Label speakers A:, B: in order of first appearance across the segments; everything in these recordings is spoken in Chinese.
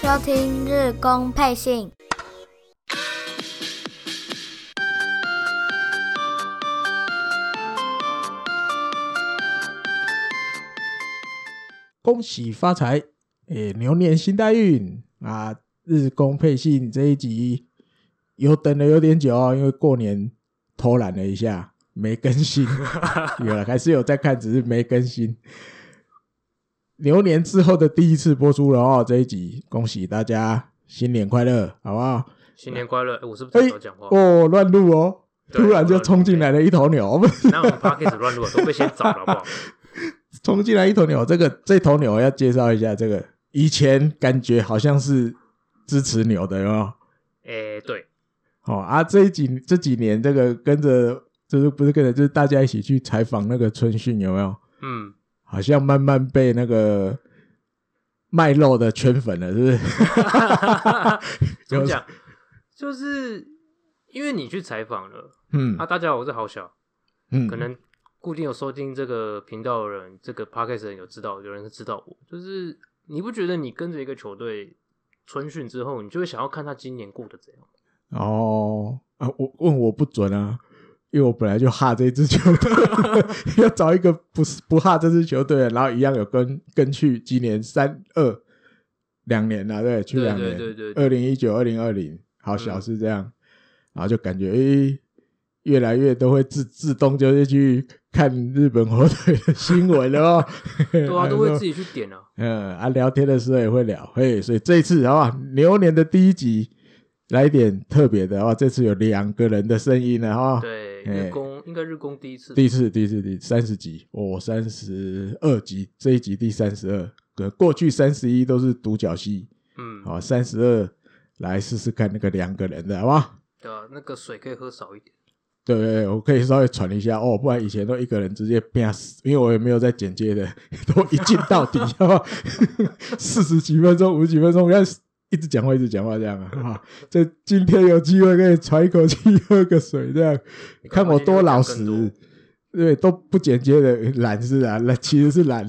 A: 收听日工配信。
B: 恭喜发财，诶、牛年新大运啊！日工配信这一集有等了有点久哦，因为过年偷懒了一下，没更 新。有了，还是有在看，只是没更新。牛年之后的第一次播出了哦，这一集恭喜大家新年快乐，好不好？
C: 新年快乐！诶我是不是
B: 哎、
C: 在少讲话？
B: 哦，乱录哦，
C: 对
B: 突然就冲进来了一头牛，
C: 那我们 p o d c a s 乱录了啊都被先找了，好不好？
B: 冲进来一头牛，这个这头牛要介绍一下。这个以前感觉好像是支持牛的，有没有？
C: 诶，哎对，
B: 哦啊，这一几这几年这个跟着就是不是跟着，就是大家一起去采访那个春训，有没有？
C: 嗯，
B: 好像慢慢被那个卖肉的圈粉了，是 不是？
C: 怎么讲？就是因为你去采访了
B: 嗯
C: 啊，大家好，我是郝小，
B: 嗯，
C: 可能固定有收听这个频道的人，这个 p o d c a s 的人有知道，有人是知道我，就是你不觉得你跟着一个球队春训之后，你就会想要看他今年过得怎样？
B: 哦啊，我问我不准啊，因为我本来就哈这支球 队，要找一个不是不哈这支球队的，然后一样有跟跟去今年三二两年了、对，去
C: 对
B: 两
C: 对
B: 年，
C: 对对对
B: 二零一九、二零二零，好小
C: 嗯
B: 是这样，然后就感觉诶、越来越都会自自动就是去看日本火腿的新闻了哦，
C: 对啊，都会
B: 然后
C: 自己去点啊。
B: 嗯啊，聊天的时候也会聊，嘿，所以这一次好吧，牛年的第一集来一点特别的啊，这次有两个人的声音了哈，
C: 对，
B: 哎
C: 日工应该日工第一次，
B: 第一次，第一次，第三十集，我三十二集，这一集第三十二，可过去三十一都是独角戏，
C: 嗯，
B: 好，三十二来试试看那个两个人的好吧？
C: 对啊，那个水可以喝少一点。
B: 对对对，我可以稍微喘一下哦，不然以前都一个人直接变死，因为我也没有在剪接的， 都一镜到底， 要不四十几分钟、五十几分钟，要一直讲话、一直讲话这样啊。啊这今天有机会可以喘一口气、 喝个水，这样看我多老
C: 你干嘛今天
B: 实。对，都不剪接的，懒是啊懒，懒其实是懒，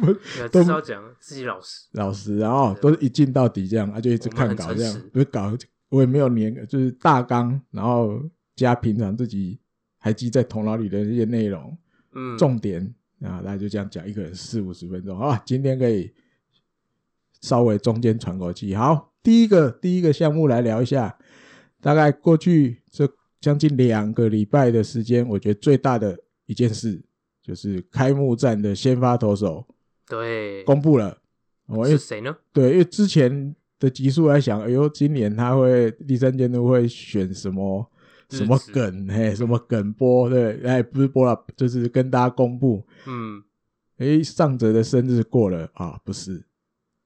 B: 不
C: 对啊
B: 都
C: 至少讲自己老实。
B: 老实，然后都是一进到底这样，啊，就一直看稿这
C: 我们很诚
B: 样
C: 实，
B: 就搞我也没有年，就是大纲，然后加平常自己还记在头脑里的这些内容、
C: 嗯，
B: 重点啊，大家就这样讲，一个人四五十分钟啊，今天可以稍微中间喘口气。好，第一个第一个项目来聊一下，大概过去这将近两个礼拜的时间，我觉得最大的一件事就是开幕战的先发投手
C: 对，
B: 公布了。哦我因为
C: 是谁呢？
B: 对，因为之前的集数来想，哎呦，今年他会第三监督会选什么
C: 日
B: 什么
C: 子
B: 梗，嘿，什么梗播，对，哎，不是播了，就是跟大家公布，
C: 嗯，
B: 哎，上泽的生日过了啊，不是，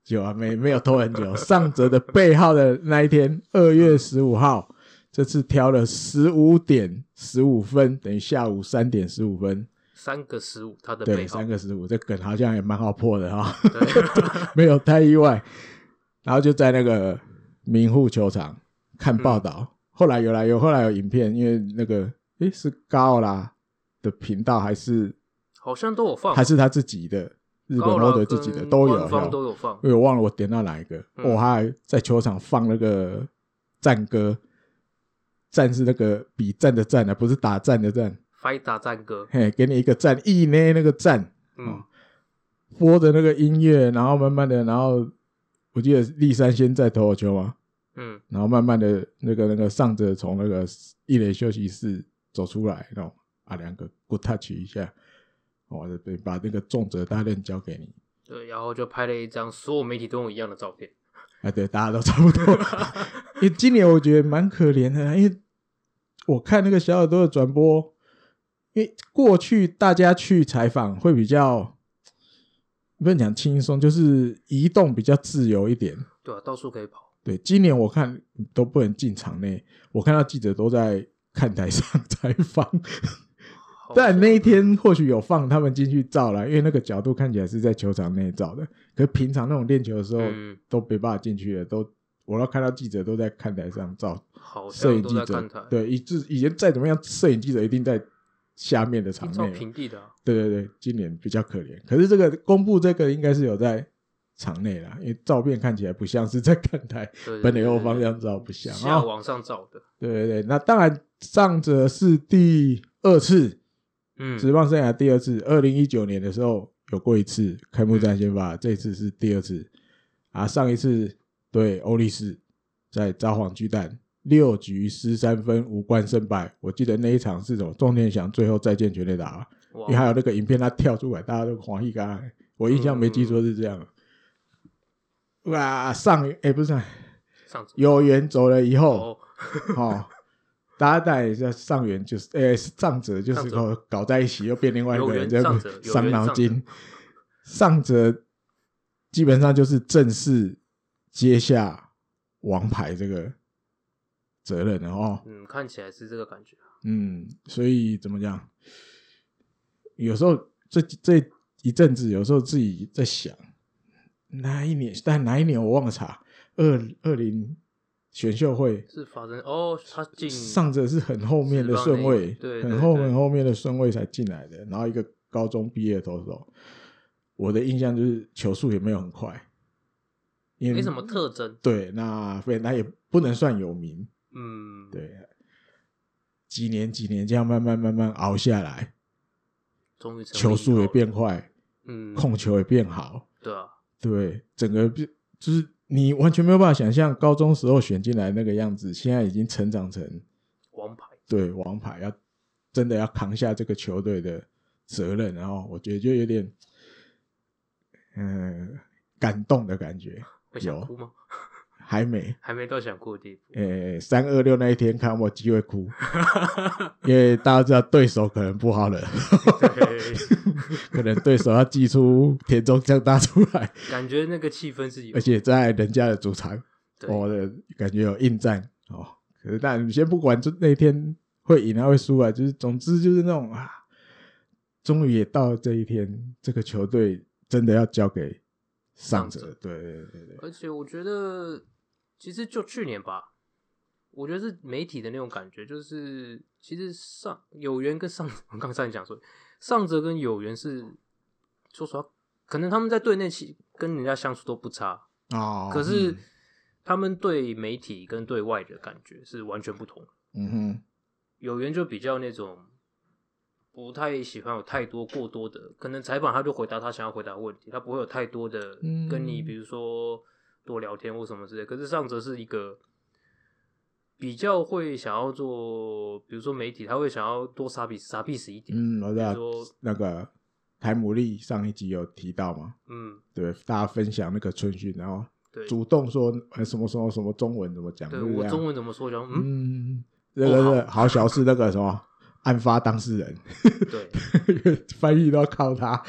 B: 久啊，没没有拖很久，上泽的背号的那一天，二月十五号，这次挑了十五点十五分，等于下午三点十五分，
C: 三个十五，他的
B: 对，
C: 背号
B: 三。个十五，这梗好像也蛮好破的哈、
C: 对，
B: 没有太意外。然后就在那个明户球场看报道，
C: 嗯
B: 后来有来有后来有影片，因为那个诶是高啦的频道还是
C: 好像都有放，
B: 还是他自己的日本
C: 哦高
B: 猫
C: 拉
B: 的自己的
C: 跟
B: 都有
C: 官
B: 有
C: 方都有放
B: 因。为我忘了我点到哪一个，哦
C: 嗯
B: 我、还在球场放那个战歌，战是那个比战的战啊，不是打战的战，
C: f i g h t 战歌，
B: 嘿，哦给你一个赞，意呢那个赞，
C: 嗯，
B: 播着那个音乐，然后慢慢的，然后我记得立山先在投我球嘛，
C: 嗯，
B: 然后慢慢的那个那个上者从那个一垒休息室走出来，然后啊两个 good touch 一下，哦我就被把那个重责大任交给你。
C: 对，然后就拍了一张所有媒体都用一样的照片。
B: 啊，对，大家都差不多。因为今年我觉得蛮可怜的，因为我看那个小耳朵的转播，因为过去大家去采访会比较，不能讲轻松，就是移动比较自由一点。
C: 对啊，到处可以跑。
B: 对，今年我看都不能进场内，我看到记者都在看台上 采访，
C: 好
B: 但
C: 爽
B: 啊那一天或许有放他们进去照了，因为那个角度看起来是在球场内照的，可是平常那种练球的时候、
C: 嗯，
B: 都没办法进去了，都我要看到记者都在看台上照
C: 好
B: 摄
C: 像
B: 影
C: 哦都
B: 记
C: 在
B: 者
C: 看台，，
B: 对，以至以前再怎么样，摄影记者一定在下面的场
C: 一
B: 内
C: 照
B: 嘛，
C: 平地的啊，
B: 对对对，今年比较可怜。可是这个公布这个应该是有在场内啦，因为照片看起来不像是在看台，
C: 对
B: 本垒后方这样照不像
C: 下
B: 啊
C: 往上照的，
B: 对对对，那当然上者是第二次
C: 嗯，
B: 职棒生涯第二次，二零一九年的时候有过一次开幕战先发，这次是第二次啊。上一次对欧力士在札幌巨蛋六局失三分无关胜败，我记得那一场是什么？钟天祥最后再见全垒打，
C: 哇
B: 因为还有那个影片他跳出来，大家都狂喜干。我印象没记错是这样。哇，上哎、不是上
C: 上走
B: 有缘走了以后，
C: 哦，
B: 哦，大家带一下上元就是，呃、上者就是
C: 上
B: 搞搞在一起，又变另外一个人，
C: 有
B: 这
C: 缘
B: 样
C: 上者有缘
B: 伤脑筋。上者基本上就是正式接下王牌这个责任了哦。
C: 嗯，看起来是这个感觉，
B: 嗯，所以怎么讲？有时候这这一阵子，有时候自己在想，哪一年？但哪一年我忘了查。二二零选秀会
C: 是发生哦，他进
B: 上者是很后面的顺位，
C: 对对
B: 很后
C: 对
B: 很后面的顺位才进来的。然后一个高中毕业的投手，我的印象就是球速也没有很快，也
C: 没什么特征，
B: 对。那费南也不能算有名，
C: 嗯，，
B: 对。几年几年这样慢慢慢慢熬下来，
C: 终于成为
B: 球
C: 一
B: 速也
C: 号了，
B: 变快，
C: 嗯，
B: 控球也变好，
C: 对啊，
B: 对，整个变就是你完全没有办法想象高中时候选进来那个样子，现在已经成长成
C: 王牌，
B: 对王牌要真的要扛下这个球队的责任，然后我觉得就有点，嗯、感动的感觉。
C: 会想
B: 有
C: 哭吗？
B: 还没，
C: 还没到想哭的地步，
B: 呃、三二六那一天看有没有机会哭， 因为大家知道对手可能不好了，
C: 对，
B: 可能对手要祭出田中将大出来，
C: 感觉那个气氛是有
B: 而，且哦在人家的主场，
C: 对，
B: 我的感觉有应战哦。可是但先不管，就那天会赢还会输啊，就是总之就是那种啊，终于也到了这一天，这个球队真的要交给上
C: 上
B: 者
C: 者。
B: 对对对对，
C: 而且我觉得，其实就去年吧，我觉得是媒体的那种感觉，就是其实上有缘跟上， 我刚才讲说上泽跟有缘是，说实话，可能他们在队内其跟人家相处都不差，
B: 哦，
C: 可是
B: 嗯
C: 他们对媒体跟对外的感觉是完全不同的。
B: 嗯哼，
C: 有缘就比较那种不太喜欢有太多过多的，可能采访他就回答他想要回答的问题，他不会有太多的
B: 嗯
C: 跟你比如说多聊天或什么之类。可是上泽是一个比较会想要做，比如说媒体，他会想要多傻逼傻逼死一点，
B: 嗯，我知道
C: 比如说
B: 那个台姆利上一集有提到嘛，
C: 嗯，
B: 对，大家分享那个春训，然后
C: 对，
B: 主动说呃什么什么什么中文怎么讲，
C: 对
B: 就是这
C: 我
B: 样
C: 中文怎么说？然后嗯，
B: 嗯，对对对，好小是那个什么案发当事人，
C: 对，
B: 翻译都要靠他。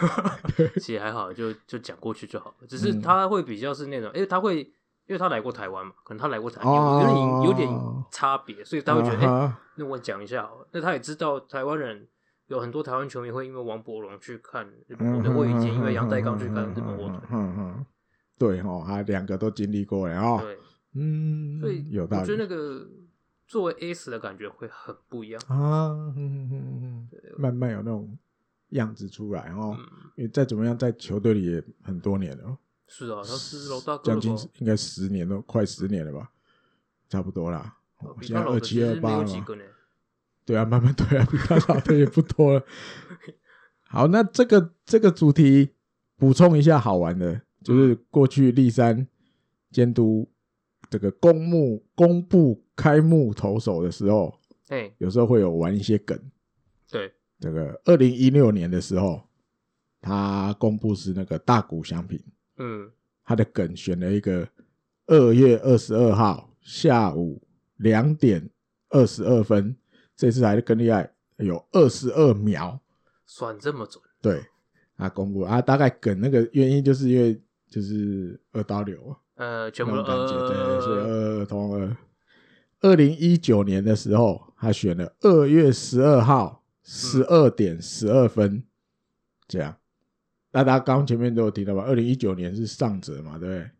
C: 其实还好，就就讲过去就好了。只是
B: 嗯
C: 他会比较是那种，哎、他会。因为他来过台湾嘛，可能他来过台湾，
B: 哦
C: 有点有点差别，所以他会觉得，哎、
B: 啊
C: 那我讲一下好了，那他也知道台湾人有很多台湾球迷会因为王伯荣去看日本火腿，或以前因为杨代刚去看日本火
B: 嗯
C: 腿，
B: 嗯嗯，对哦，他两个都经历过了哦。
C: 对，
B: 嗯，
C: 所以
B: 有道
C: 我觉得
B: 理
C: 那个作为 S 的感觉会很不一样。
B: 啊，嗯嗯嗯嗯嗯慢慢有那种样子出来哦。
C: 嗯，
B: 因为再怎么样，在球队里也很多年了，
C: 是啊，他是老大哥
B: 将
C: 了
B: 近
C: 吧？
B: 应该十年都快十年了吧，差不多啦。哦
C: 比
B: 现
C: 他
B: 在
C: 老
B: 二
C: 的其
B: 七
C: 实
B: 二
C: 没
B: 八
C: 有
B: 了
C: 几
B: 嘛，
C: 个呢。
B: 对啊，慢慢对啊，比他老的也不多了。好，那这个这个主题补充一下好玩的，就是过去立山监督这个公募公布开幕投手的时候，
C: 哎，
B: 有时候会有玩一些梗。
C: 对，
B: 这个二零一六年的时候，他公布是那个大谷翔平，
C: 嗯，
B: 他的梗选了一个二月二十二号下午两点二十二分，这次还更厉害，有二十二秒，
C: 算这么准，
B: 对，他公布啊，大概梗那个原因就是因为就是二刀流啊，
C: 呃，全
B: 那
C: 部
B: 种
C: 都
B: 感觉，对，所以
C: 呃，
B: 二二通二。二零一九年的时候，他选了二月十二号十二点十二分，这样。那大家刚前面都有提到吧？二零一九年是上泽嘛，对不对？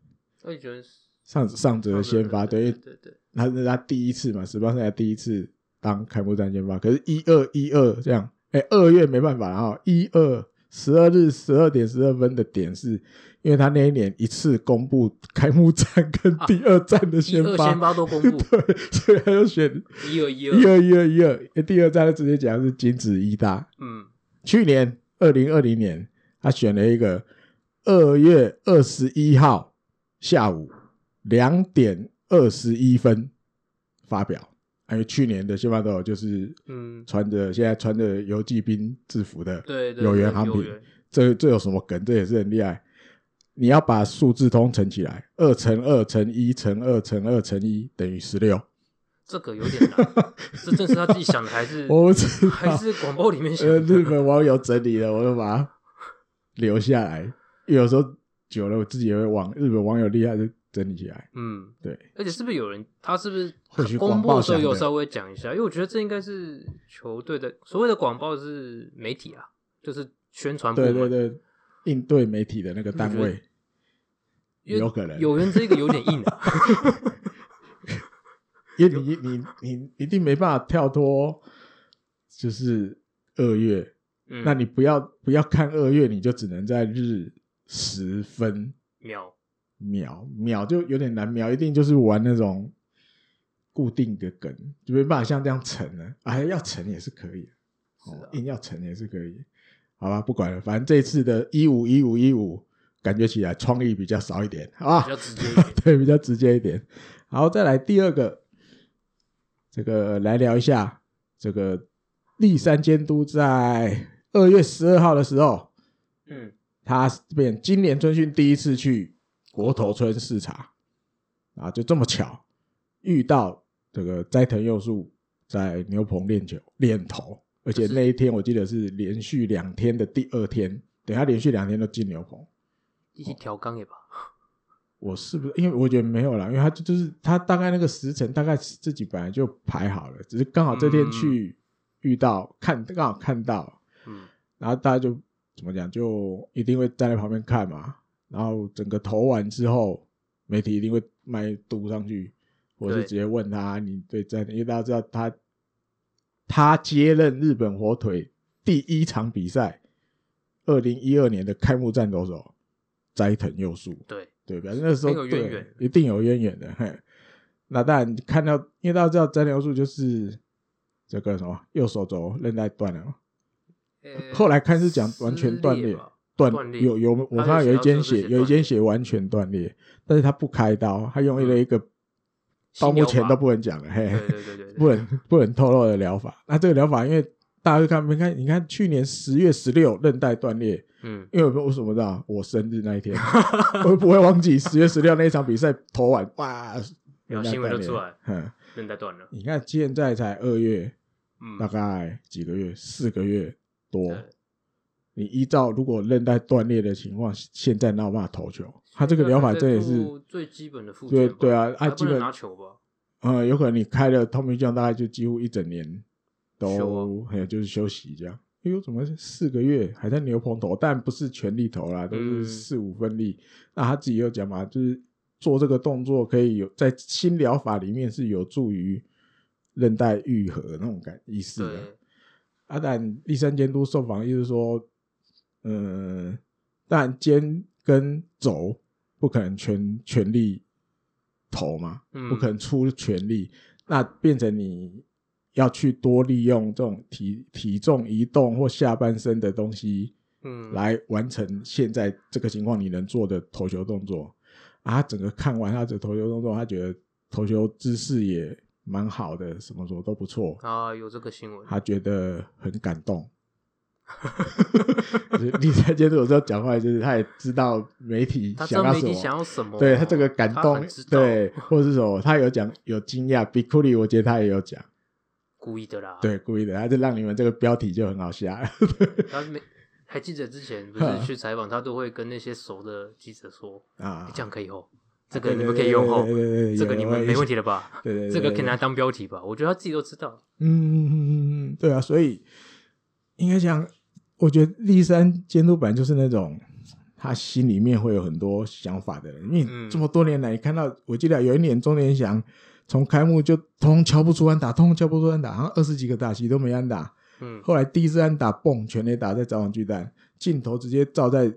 C: 我也觉得是
B: 上上泽先发，对，因
C: 对
B: 为
C: 对对，
B: 他是他第一次嘛，十八岁才第一次当开幕战先发，可是，一二一二这样，哎，二月没办法，然后一二十二日十二点十二分的点是，因为他那一年一次公布开幕战跟第二战的
C: 啊一
B: 先
C: 二
B: 发，
C: 先发都公 布，
B: 对，所以他就选
C: 一二一
B: 一
C: 二，
B: 二一二一二，诶第二站他直接讲是金子一大。
C: 嗯，
B: 去年二零二零年，他选了一个二月二十一号下午两点二十一分发表，因为去年的先发都有就是
C: 嗯
B: 穿着现在穿着游骑兵制服的
C: 对对，
B: 有
C: 对
B: 缘航
C: 有
B: 品，
C: 缘
B: 这这有什么梗？这也是很厉害。你要把数字通乘起来，二乘二乘一乘二乘二乘一等于十六。
C: 这个有点难，这正是他自己想的，还是
B: 我不知道
C: 还是广播里面想
B: 呃，日
C: 的？
B: 本网友整理了，我就把它留下来。因为有时候久了，我自己也会往日本网友厉害就整理起来。
C: 嗯，
B: 对，
C: 而且是不是有人他是不
B: 或许
C: 是
B: 广
C: 公
B: 报
C: 布的时候
B: 想
C: 有
B: 的
C: 稍微讲一下？因为我觉得这应该是球队的所谓的广报是媒体啊，就是宣传部嘛
B: 对对对，应对媒体的那个单位，
C: 因为
B: 有可能
C: 有缘这个有点硬 啊，
B: 因为你你你一定没办法跳脱，就是二月，
C: 嗯
B: 那你不要不要看二月，你就只能在日十分
C: 秒
B: 秒秒就有点难秒，一定就是玩那种固定的梗，就没办法像这样沉了。哎，要沉也是可以的，
C: 是
B: 哦
C: 啊，
B: 硬要沉也是可以。好吧，不管了，反正这次的一五一五一五，感觉起来创意比较少一点，好吧？。
C: 比较直接一点
B: 对，比较直接一点。好，再来第二个，这个来聊一下这个立山监督在二月十二号的时候，哦
C: 嗯，
B: 他变今年春训第一次去国头村视察，啊，就这么巧遇到这个斋藤佑树在牛棚练球练头，而且
C: 就是
B: 那一天我记得是连续两天的第二天，等他连续两天都进牛棚。
C: 一起调缸也吧。
B: 我是不是？因为我觉得没有啦，因为他就就是他大概那个时辰，大概自己本来就排好了，只是刚好这天去遇到、看，刚好看到，
C: 嗯，
B: 然后大家就怎么讲，就一定会站在旁边看嘛。然后整个投完之后，媒体一定会麦堵上去，或者是
C: 对
B: 直接问他你对战，因为大家知道他他接任日本火腿第一场比赛，二零一二年的开幕战投手斋藤佑树。
C: 对，
B: 对，表示那时候
C: 很哎有渊
B: 对
C: 源
B: 一定有渊源的。嘿，那当然看到，因为大家知道詹流术就是这个什么右手肘韧带断了嘛，
C: 呃
B: 后来看是讲完全断
C: 撕
B: 裂
C: 吧，
B: 断
C: 断裂
B: 有有我看
C: 他
B: 到
C: 有
B: 有一
C: 写到
B: 间
C: 就
B: 写
C: 是写
B: 有一
C: 断
B: 间
C: 裂
B: 写完全断裂，但是他不开刀，他用了一个到
C: 新
B: 目
C: 疗
B: 前
C: 法
B: 都不能讲的，嘿，
C: 对对对对 对，
B: 不能不能透露的疗法。那这个疗法，因为大家就看没看，你看去年十月十六韧带断裂，
C: 嗯，
B: 因为我怎么知道我生日那一 天，我不会忘记十月十六那一场比赛投完，哇，
C: 然后新闻就出来
B: 嗯，
C: 韧带断了，
B: 你看现在才二月，
C: 嗯，
B: 大概几个月，四个月多。
C: 对
B: 你依照如果韧带断裂的情况，现在哪有办法投球？他这个
C: 啊
B: 疗法真的
C: 应该
B: 是
C: 做，最基本的附件
B: 对
C: 吧，
B: 对啊，
C: 还
B: 啊，
C: 不
B: 基
C: 能
B: 本
C: 拿球吧，
B: 呃，有可能你开了透明酱，大概就几乎一整年
C: 休啊
B: 都，还有就是休息这样。哎呦，怎么四个月还在牛棚投？但不是全力投啦，都是
C: 嗯
B: 四五分力。那他自己有讲嘛，就是做这个动作可以有在新疗法里面是有助于韧带愈合那种感意思啊的。
C: 对，
B: 阿但第三监督受访意思说，嗯，但肩跟肘不可能全全力投嘛，
C: 嗯
B: 不可能出全力，那变成你要去多利用这种体体重移动或下半身的东西
C: 嗯，，
B: 来完成现在这个情况你能做的投球动作。啊，他整个看完他的投球动作，他觉得投球姿势也蛮好的，什么什么都不错。
C: 啊，有这个新闻，
B: 他觉得很感动。 就是立山监督有时候讲话，就是他也知道媒体
C: 他知
B: 想
C: 道
B: 要
C: 媒
B: 什
C: 体
B: 么，
C: 想要什么，啊
B: 对他这个感
C: 他
B: 动
C: 很知，道
B: 对，或是什么，他有讲有惊讶，比库里我觉得他也有讲，
C: 故意的啦，，
B: 对，故意的，他就让你们这个标题就很好笑。
C: 他没还记得之前不
B: 嗯
C: 是去采访，他都会跟那些熟的记者说，
B: 啊，
C: 这样可以哦，这
B: 这
C: 个你们可以用哦
B: 对，对对，
C: 这个你们没问
B: 题，
C: 题了吧？
B: 对对，
C: 这个可以
B: 他。
C: 拿当标题吧？我觉得他自己都知道，
B: 嗯，对啊，所以应该讲，我觉得立山监督本来就是那种他心里面会有很多想法的人，因为
C: 嗯
B: 这么多年来，你看到我记得有一年中年祥从开幕就通敲不出安打，通敲不出安打，好像二十几个打席都没安打，
C: 嗯，
B: 后来第一次安打蹦全垒打在早晚巨蛋，镜头直接照在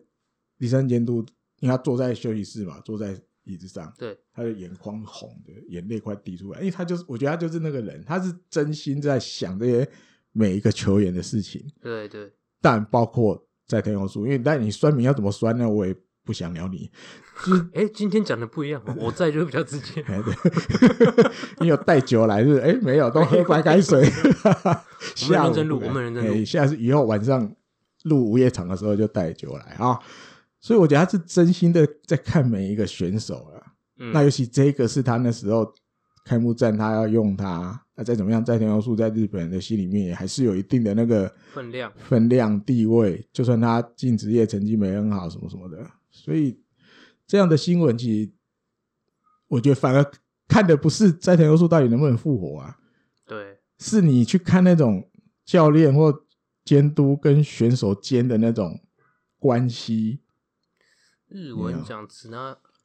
B: 第三监督，因为他坐在休息室嘛，坐在椅子上，
C: 对，
B: 他的眼眶红的，眼泪快滴出来，因为他就是，我觉得他就是那个人，他是真心在想这些每一个球员的事情，
C: 对对，
B: 但包括在天空树，因为但你酸民要怎么酸呢？我也不想聊你，。
C: 哎、今天讲的不一样哦，我在就比较直接
B: 哎，对， 你有带酒来是？哎，没有，都喝白开 水。下午
C: 认真录
B: 不
C: 我们认真
B: 哎
C: 录
B: 下次以后晚上录午夜场的时候就带酒来啊。所以我觉得他是真心的在看每一个选手啊了。
C: 嗯
B: 那尤其这个是他那时候开幕战，他要用他，那再怎么样，在田中树在日本人的心里面也还是有一定的那个
C: 分量
B: 分量地位，就算他进职业成绩没很好什么什么的，所以这样的新闻其实我觉得反而看的不是斋藤优树到底能不能复活啊，
C: 对，
B: 是你去看那种教练或监督跟选手间的那种关系
C: 日
B: 没
C: 文
B: 有
C: 讲只拿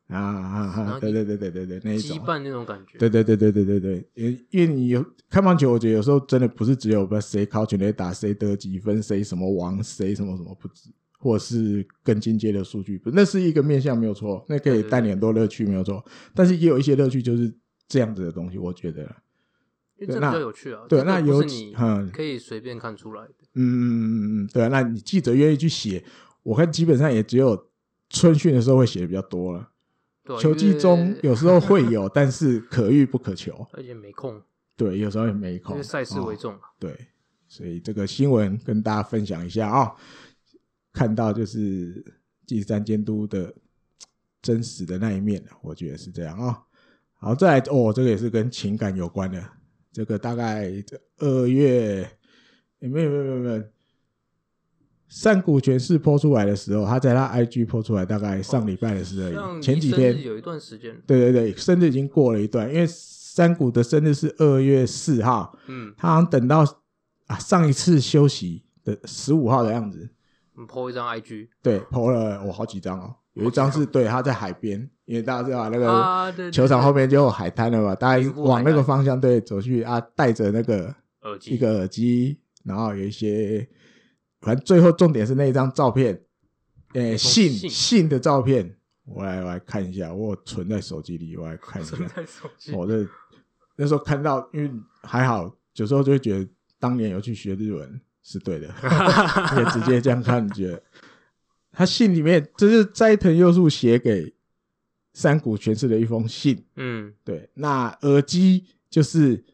B: 啊啊
C: 然
B: 啊！
C: 后
B: 对对对对对对，那一
C: 羁
B: 种。
C: 绊那种感觉。
B: 对对对对对对对，因为因为你有看棒球，我觉得有时候真的不是只有把谁靠全垒打，谁得几分，谁什么王，谁什么什么不止，或者是呃更进阶的数据，不那是一个面向没有错，那可
C: 对
B: 以
C: 对
B: 带你很多乐趣没有错，但是也有一些乐趣就是这样子的东西，我觉得啦，
C: 因为这
B: 那
C: 比较有趣啊。
B: 对
C: 这个
B: 那
C: 不
B: 有
C: 是
B: 几
C: 你
B: 嗯
C: 可以随便看出来的。
B: 嗯嗯嗯嗯嗯，对啊，那你记者愿意去写，我看基本上也只有春训的时候会写的比较多了，
C: 对啊，
B: 球
C: 因
B: 季
C: 为
B: 中有时候会有， 但是可遇不可求，
C: 而且没空，
B: 对，有时候也没
C: 因
B: 空，
C: 为赛事
B: 哦
C: 为重啊。
B: 对，所以这个新闻跟大家分享一下啊、看到就是第三监督的嘖真实的那一面我觉得是这样啊、好，再来哦，这个也是跟情感有关的，这个大概这二月，诶没有没有没有没有。上古全是抛出来的时候，他在他 IG 抛出来，大概上礼拜的事而已，
C: 像
B: 前
C: 离
B: 几
C: 生
B: 天
C: 日哦有一段时间，
B: 对对对，生日已经过了一段，因为山谷的生日是二月四号，
C: 嗯，
B: 他好像等到啊上一次休息的十五号的样子，
C: 我们 po 一张 IG
B: 对，PO 了我好几张哦，有一张哦是对他在海边，因为大家知道那个
C: 啊，对，对
B: 球场
C: 对
B: 后面就有海滩了嘛，大家
C: 渔夫
B: 往那个
C: 海滩
B: 方向对走去啊，戴着那个
C: 耳机
B: 一个耳机，然后有一些，反正最后重点是那一张照片，呃，
C: 封
B: 信
C: 信
B: 信的照片，我来我来看一下，我有存在手机里，我来 看一下
C: 存。在手机，
B: 我这那时候看到，因为还好，有时候就会觉得当年有去学日文是对的， 也直接这样看，觉得他信里面这是斋藤佑树写给山谷全市的一封信。
C: 嗯，
B: 对，那耳机就是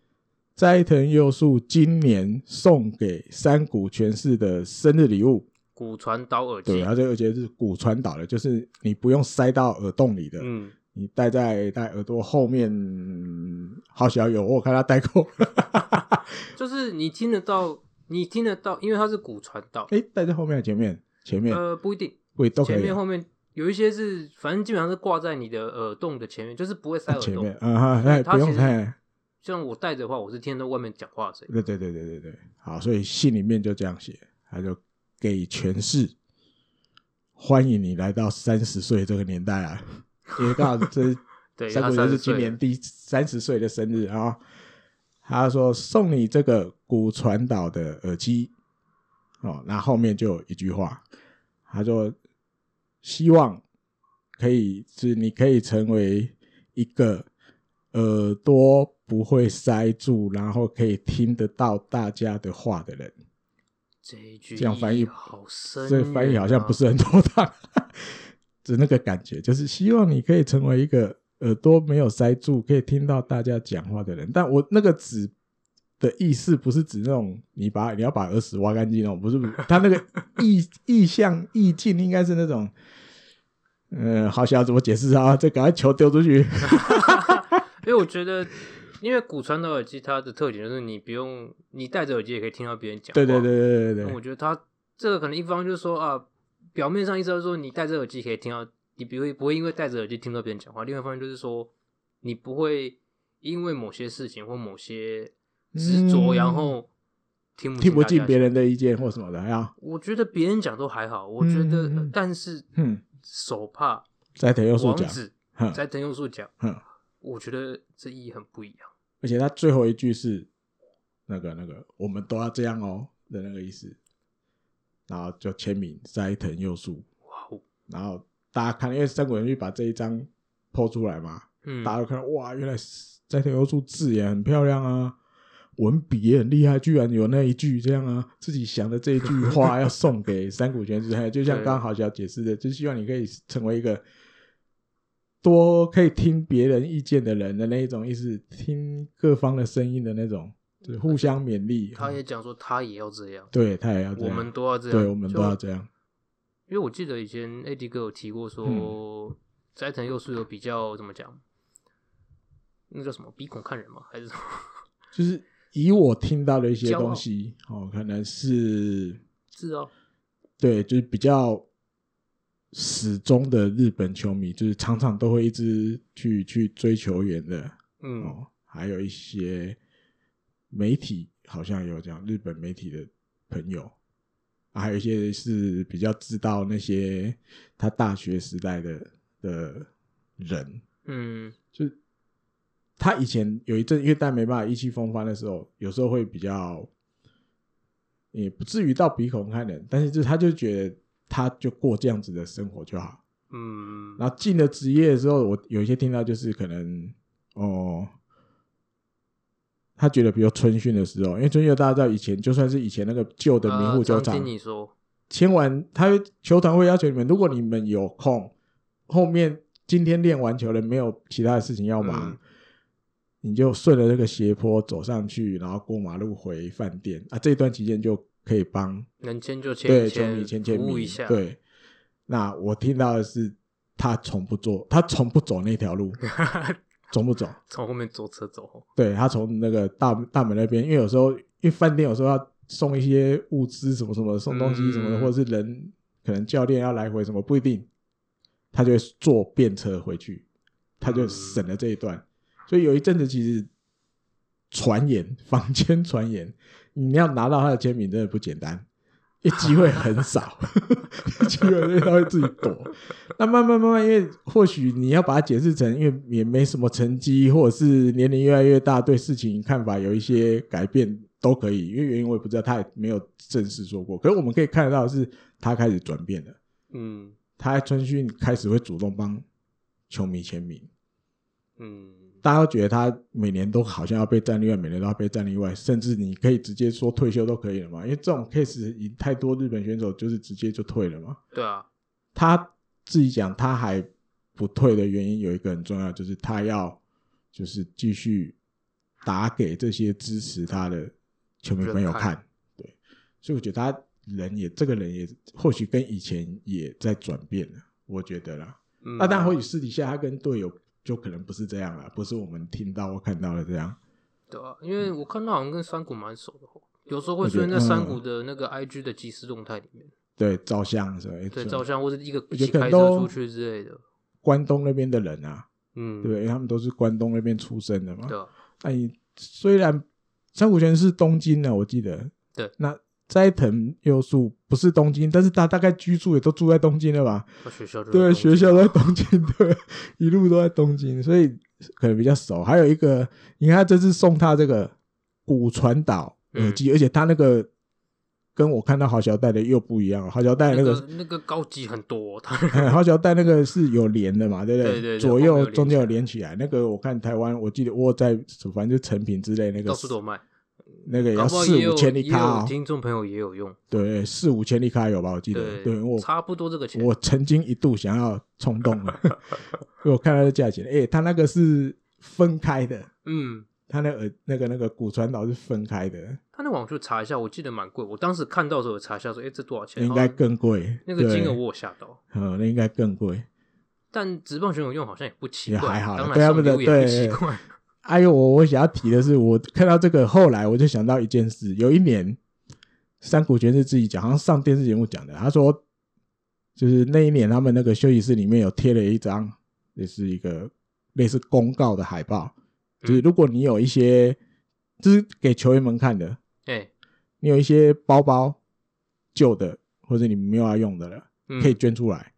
B: 斋藤佑树今年送给山谷全市的生日礼物。
C: 骨传导耳
B: 对，
C: 机
B: 然，后这个而且是骨传导的，就是你不用塞到耳洞里的。
C: 嗯，
B: 你戴在戴耳朵后面，嗯好小有我有看他戴过，
C: 就是你听得到，你听得到，因为它是骨传导，
B: 哎、戴在后面还是前面？前面，
C: 呃，不一定，
B: 喂、都可
C: 前
B: 以
C: 面
B: 啊。
C: 后面有一些是，反正基本上是挂在你的耳洞的前面，就是不会塞
B: 啊
C: 耳
B: 前面
C: 洞。，
B: 啊哈，哎，
C: 它
B: 不用
C: 其实
B: 哎，
C: 像我戴着的话，我是听得到外面讲话的声音。
B: 对对对对对对，好，所以信里面就这样写，他就给全市欢迎你来到三十岁这个年代啊，因为刚好这是
C: 对，
B: 三
C: 他
B: 国
C: 三
B: 就
C: 十
B: 是今
C: 岁
B: 年
C: 了，
B: 第三十岁的生日啊。他说送你这个骨传导的耳机哦，那后面就有一句话，他说希望可以是你可以成为一个耳朵不会塞住，然后可以听得到大家的话的人。
C: 这一句
B: 这样翻译
C: 意好深、
B: 这个翻译好
C: 啊
B: 像不是，很妥 当，就那个感觉，就是希望你可以成为一个耳朵没有塞住，可以听到大家讲话的人。但我那个指的意思不是指那种你把你要把耳屎挖干净那种，不是，不是，他那个意意向意境应该是那种，嗯、好想要怎么解释啊？这赶快球丢出去，
C: 因为我觉得，因为骨传导耳机它的特点就是你不用，你戴着耳机也可以听到别人讲话。
B: 对对对对对对
C: 那 我
B: 对，
C: 觉得它这个可能一方就是说啊，表面上意思就是说你戴着耳机可以听到，你不会不会因为戴着耳机听到别人讲话；，另外一方面就是说你不会因为某些事情或某些执着，
B: 嗯
C: 然后听不
B: 听不
C: 大家
B: 进别
C: 讲。
B: 人的意见或什么的呀。
C: 我觉得别人讲都还好，我觉得，
B: 嗯嗯嗯
C: 但是
B: 嗯，
C: 手帕
B: 再等又说
C: 王
B: 讲，
C: 子
B: 哼
C: 在藤佑树讲，
B: 嗯哼。
C: 我觉得这意义很不一样。
B: 而且他最后一句是那个那个，我们都要这样哦的那个意思。然后就签名斋藤佑树，
C: 哇哦，
B: 然后大家看，因为三国人去把这一张抛出来嘛，
C: 嗯，
B: 大家都看到哇，原来斋藤优树字也很漂亮啊，文笔也很厉害，居然有那一句这样啊，自己想的这一句话要送给山谷贤之太，就像
C: 对
B: 刚刚好小解释的，就希望你可以成为一个多可以听别人意见的人的那一种意思，听各方的声音的那种，就是互相勉励。
C: 他也
B: 嗯
C: 讲说他也要这样，
B: 对他也要这
C: 我
B: 样，
C: 们都要这样，
B: 对我们都要
C: 就
B: 这样，
C: 因为我记得以前 AD 哥有提过
B: 嗯
C: 说，斋藤佑树有比较怎么讲，那叫什么鼻孔看人吗？还是什么？
B: 就是以我听到的一些
C: 骄傲
B: 东西，哦，可能是。
C: 是啊，
B: 对，就是比较始终的日本球迷，就是常常都会一直去去追球员的
C: 嗯，
B: 哦，还有一些媒体好像有这样，日本媒体的朋友，啊、还有一些是比较知道那些他大学时代的的人，
C: 嗯，
B: 就是他以前有一阵，因为但没办法意气风发的时候，有时候会比较，也不至于到鼻孔看人，但是就他就觉得他就过这样子的生活就好。
C: 嗯，
B: 然后进了职业之后，我有一些听到就是可能哦，他觉得比如春训的时候，因为春训大家知道以前就算是以前那个旧的名
C: 呃
B: 护球
C: 常
B: 场，
C: 听你说，
B: 签完，他会球团会要求你们，如果你们有空，后面今天练完球了，没有其他的事情要忙，
C: 嗯
B: 你就顺着这个斜坡走上去，然后过马路回饭店啊。这段期间就可以帮
C: 能签就签
B: 对
C: 一
B: 球迷签签
C: 服务
B: 名
C: 一下，，
B: 对，那我听到的是他从不做，他从不走那条路，从不走。
C: 从后面坐车走，
B: 对他从那个大大门那边，因为有时候因为饭店有时候要送一些物资什么什么，送东西什么的，
C: 嗯
B: 或者是人可能教练要来回什么不一定，他就会坐便车回去，他就省了这一段。所以有一阵子其实传言坊间传言，你要拿到他的签名真的不简单。因为机会很少， 机会因为他会自己躲。那慢慢慢慢，因为或许你要把它解释成，因为也没什么成绩，或者是年龄越来越大，对事情看法有一些改变都可以。因为原因我也不知道，他也没有正式说过。可是我们可以看得到，是他开始转变了。
C: 嗯
B: 他在春训开始会主动帮球迷签名，
C: 嗯，
B: 大家都觉得他每年都好像要被战例外，每年都要被战例外，甚至你可以直接说退休都可以了嘛。因为这种 case 已太多日本选手就是直接就退了嘛。
C: 对啊，
B: 他自己讲他还不退的原因有一个很重要，就是他要就是继续打给这些支持他的球迷朋友
C: 人
B: 看，对，所以我觉得他人也这个人也或许跟以前也在转变了，我觉得啦。
C: 嗯
B: 那当然或许私底下他跟队友就可能不是这样了，不是我们听到或看到的这样。
C: 对啊，因为我看他好像跟山谷蛮熟的哦，有时候
B: 嗯
C: 会
B: 我觉
C: 出
B: 得嗯
C: 现在山谷的那个 IG 的即时动态里面，
B: 对，照相什么，
C: 对，照相或者一个
B: 啊我
C: 一
B: 觉
C: 起
B: 得可能
C: 开车
B: 都
C: 出去之类的，
B: 关东那边的人啊，
C: 嗯，
B: 对不对，因为他们都是关东那边出生的嘛，
C: 对啊，
B: 那你虽然山谷泉是东京的，我记得。
C: 对。
B: 那斋藤佑树不是东京，但是他大概居住也都住在东京了吧？
C: 那学校就
B: 对，
C: 有
B: 学校
C: 啊
B: 都在东京，对，一路都在东京，所以可能比较熟。还有一个，你看他这次送他这个古传导
C: 嗯
B: 耳机，而且他那个跟我看到好小戴的又不一样了，好小戴的
C: 那
B: 那个
C: 个那个高级很多、哦，他
B: 嗯，好小带那个是有连的嘛，对不
C: 对对对
B: 左
C: 后面有
B: 右
C: 连
B: 中间有连起来，那个我看台湾，我记得我有在反正就成品之类那个
C: 到处都有卖，
B: 那个也
C: 搞
B: 要
C: 不好
B: 四
C: 也有
B: 五千一
C: 也
B: 卡、
C: 有
B: 哦，
C: 听众朋友也有用，
B: 对，四五千一卡有吧？我记得，对我
C: 差不多这个钱，
B: 我曾经一度想要冲动 了，因为我看它的价钱，诶，它那个是分开的，
C: 嗯，
B: 它那个那个那个骨传导是分开的，
C: 他那网去查一下，我记得蛮贵，我当时看到的时候有查一下说，哎、这多少钱？
B: 应该
C: 然后
B: 更贵，
C: 那个金额
B: 对
C: 我有吓到，
B: 嗯，那应该更贵。
C: 但职棒选手用好像也不奇
B: 也
C: 怪，
B: 还好
C: 当然
B: 对他们的
C: 送礼物也不
B: 对
C: 奇怪，
B: 哎呦，我我想要提的是，我看到这个后来我就想到一件事，有一年山谷泉是自己讲，好像上电视节目讲的，他说就是那一年他们那个休息室里面有贴了一张，也是一个类似公告的海报，就是如果你有一些，就是给球员们看的，
C: 哎、
B: 你有一些包包旧的或者你没有要用的了，
C: 嗯
B: 可以捐出来。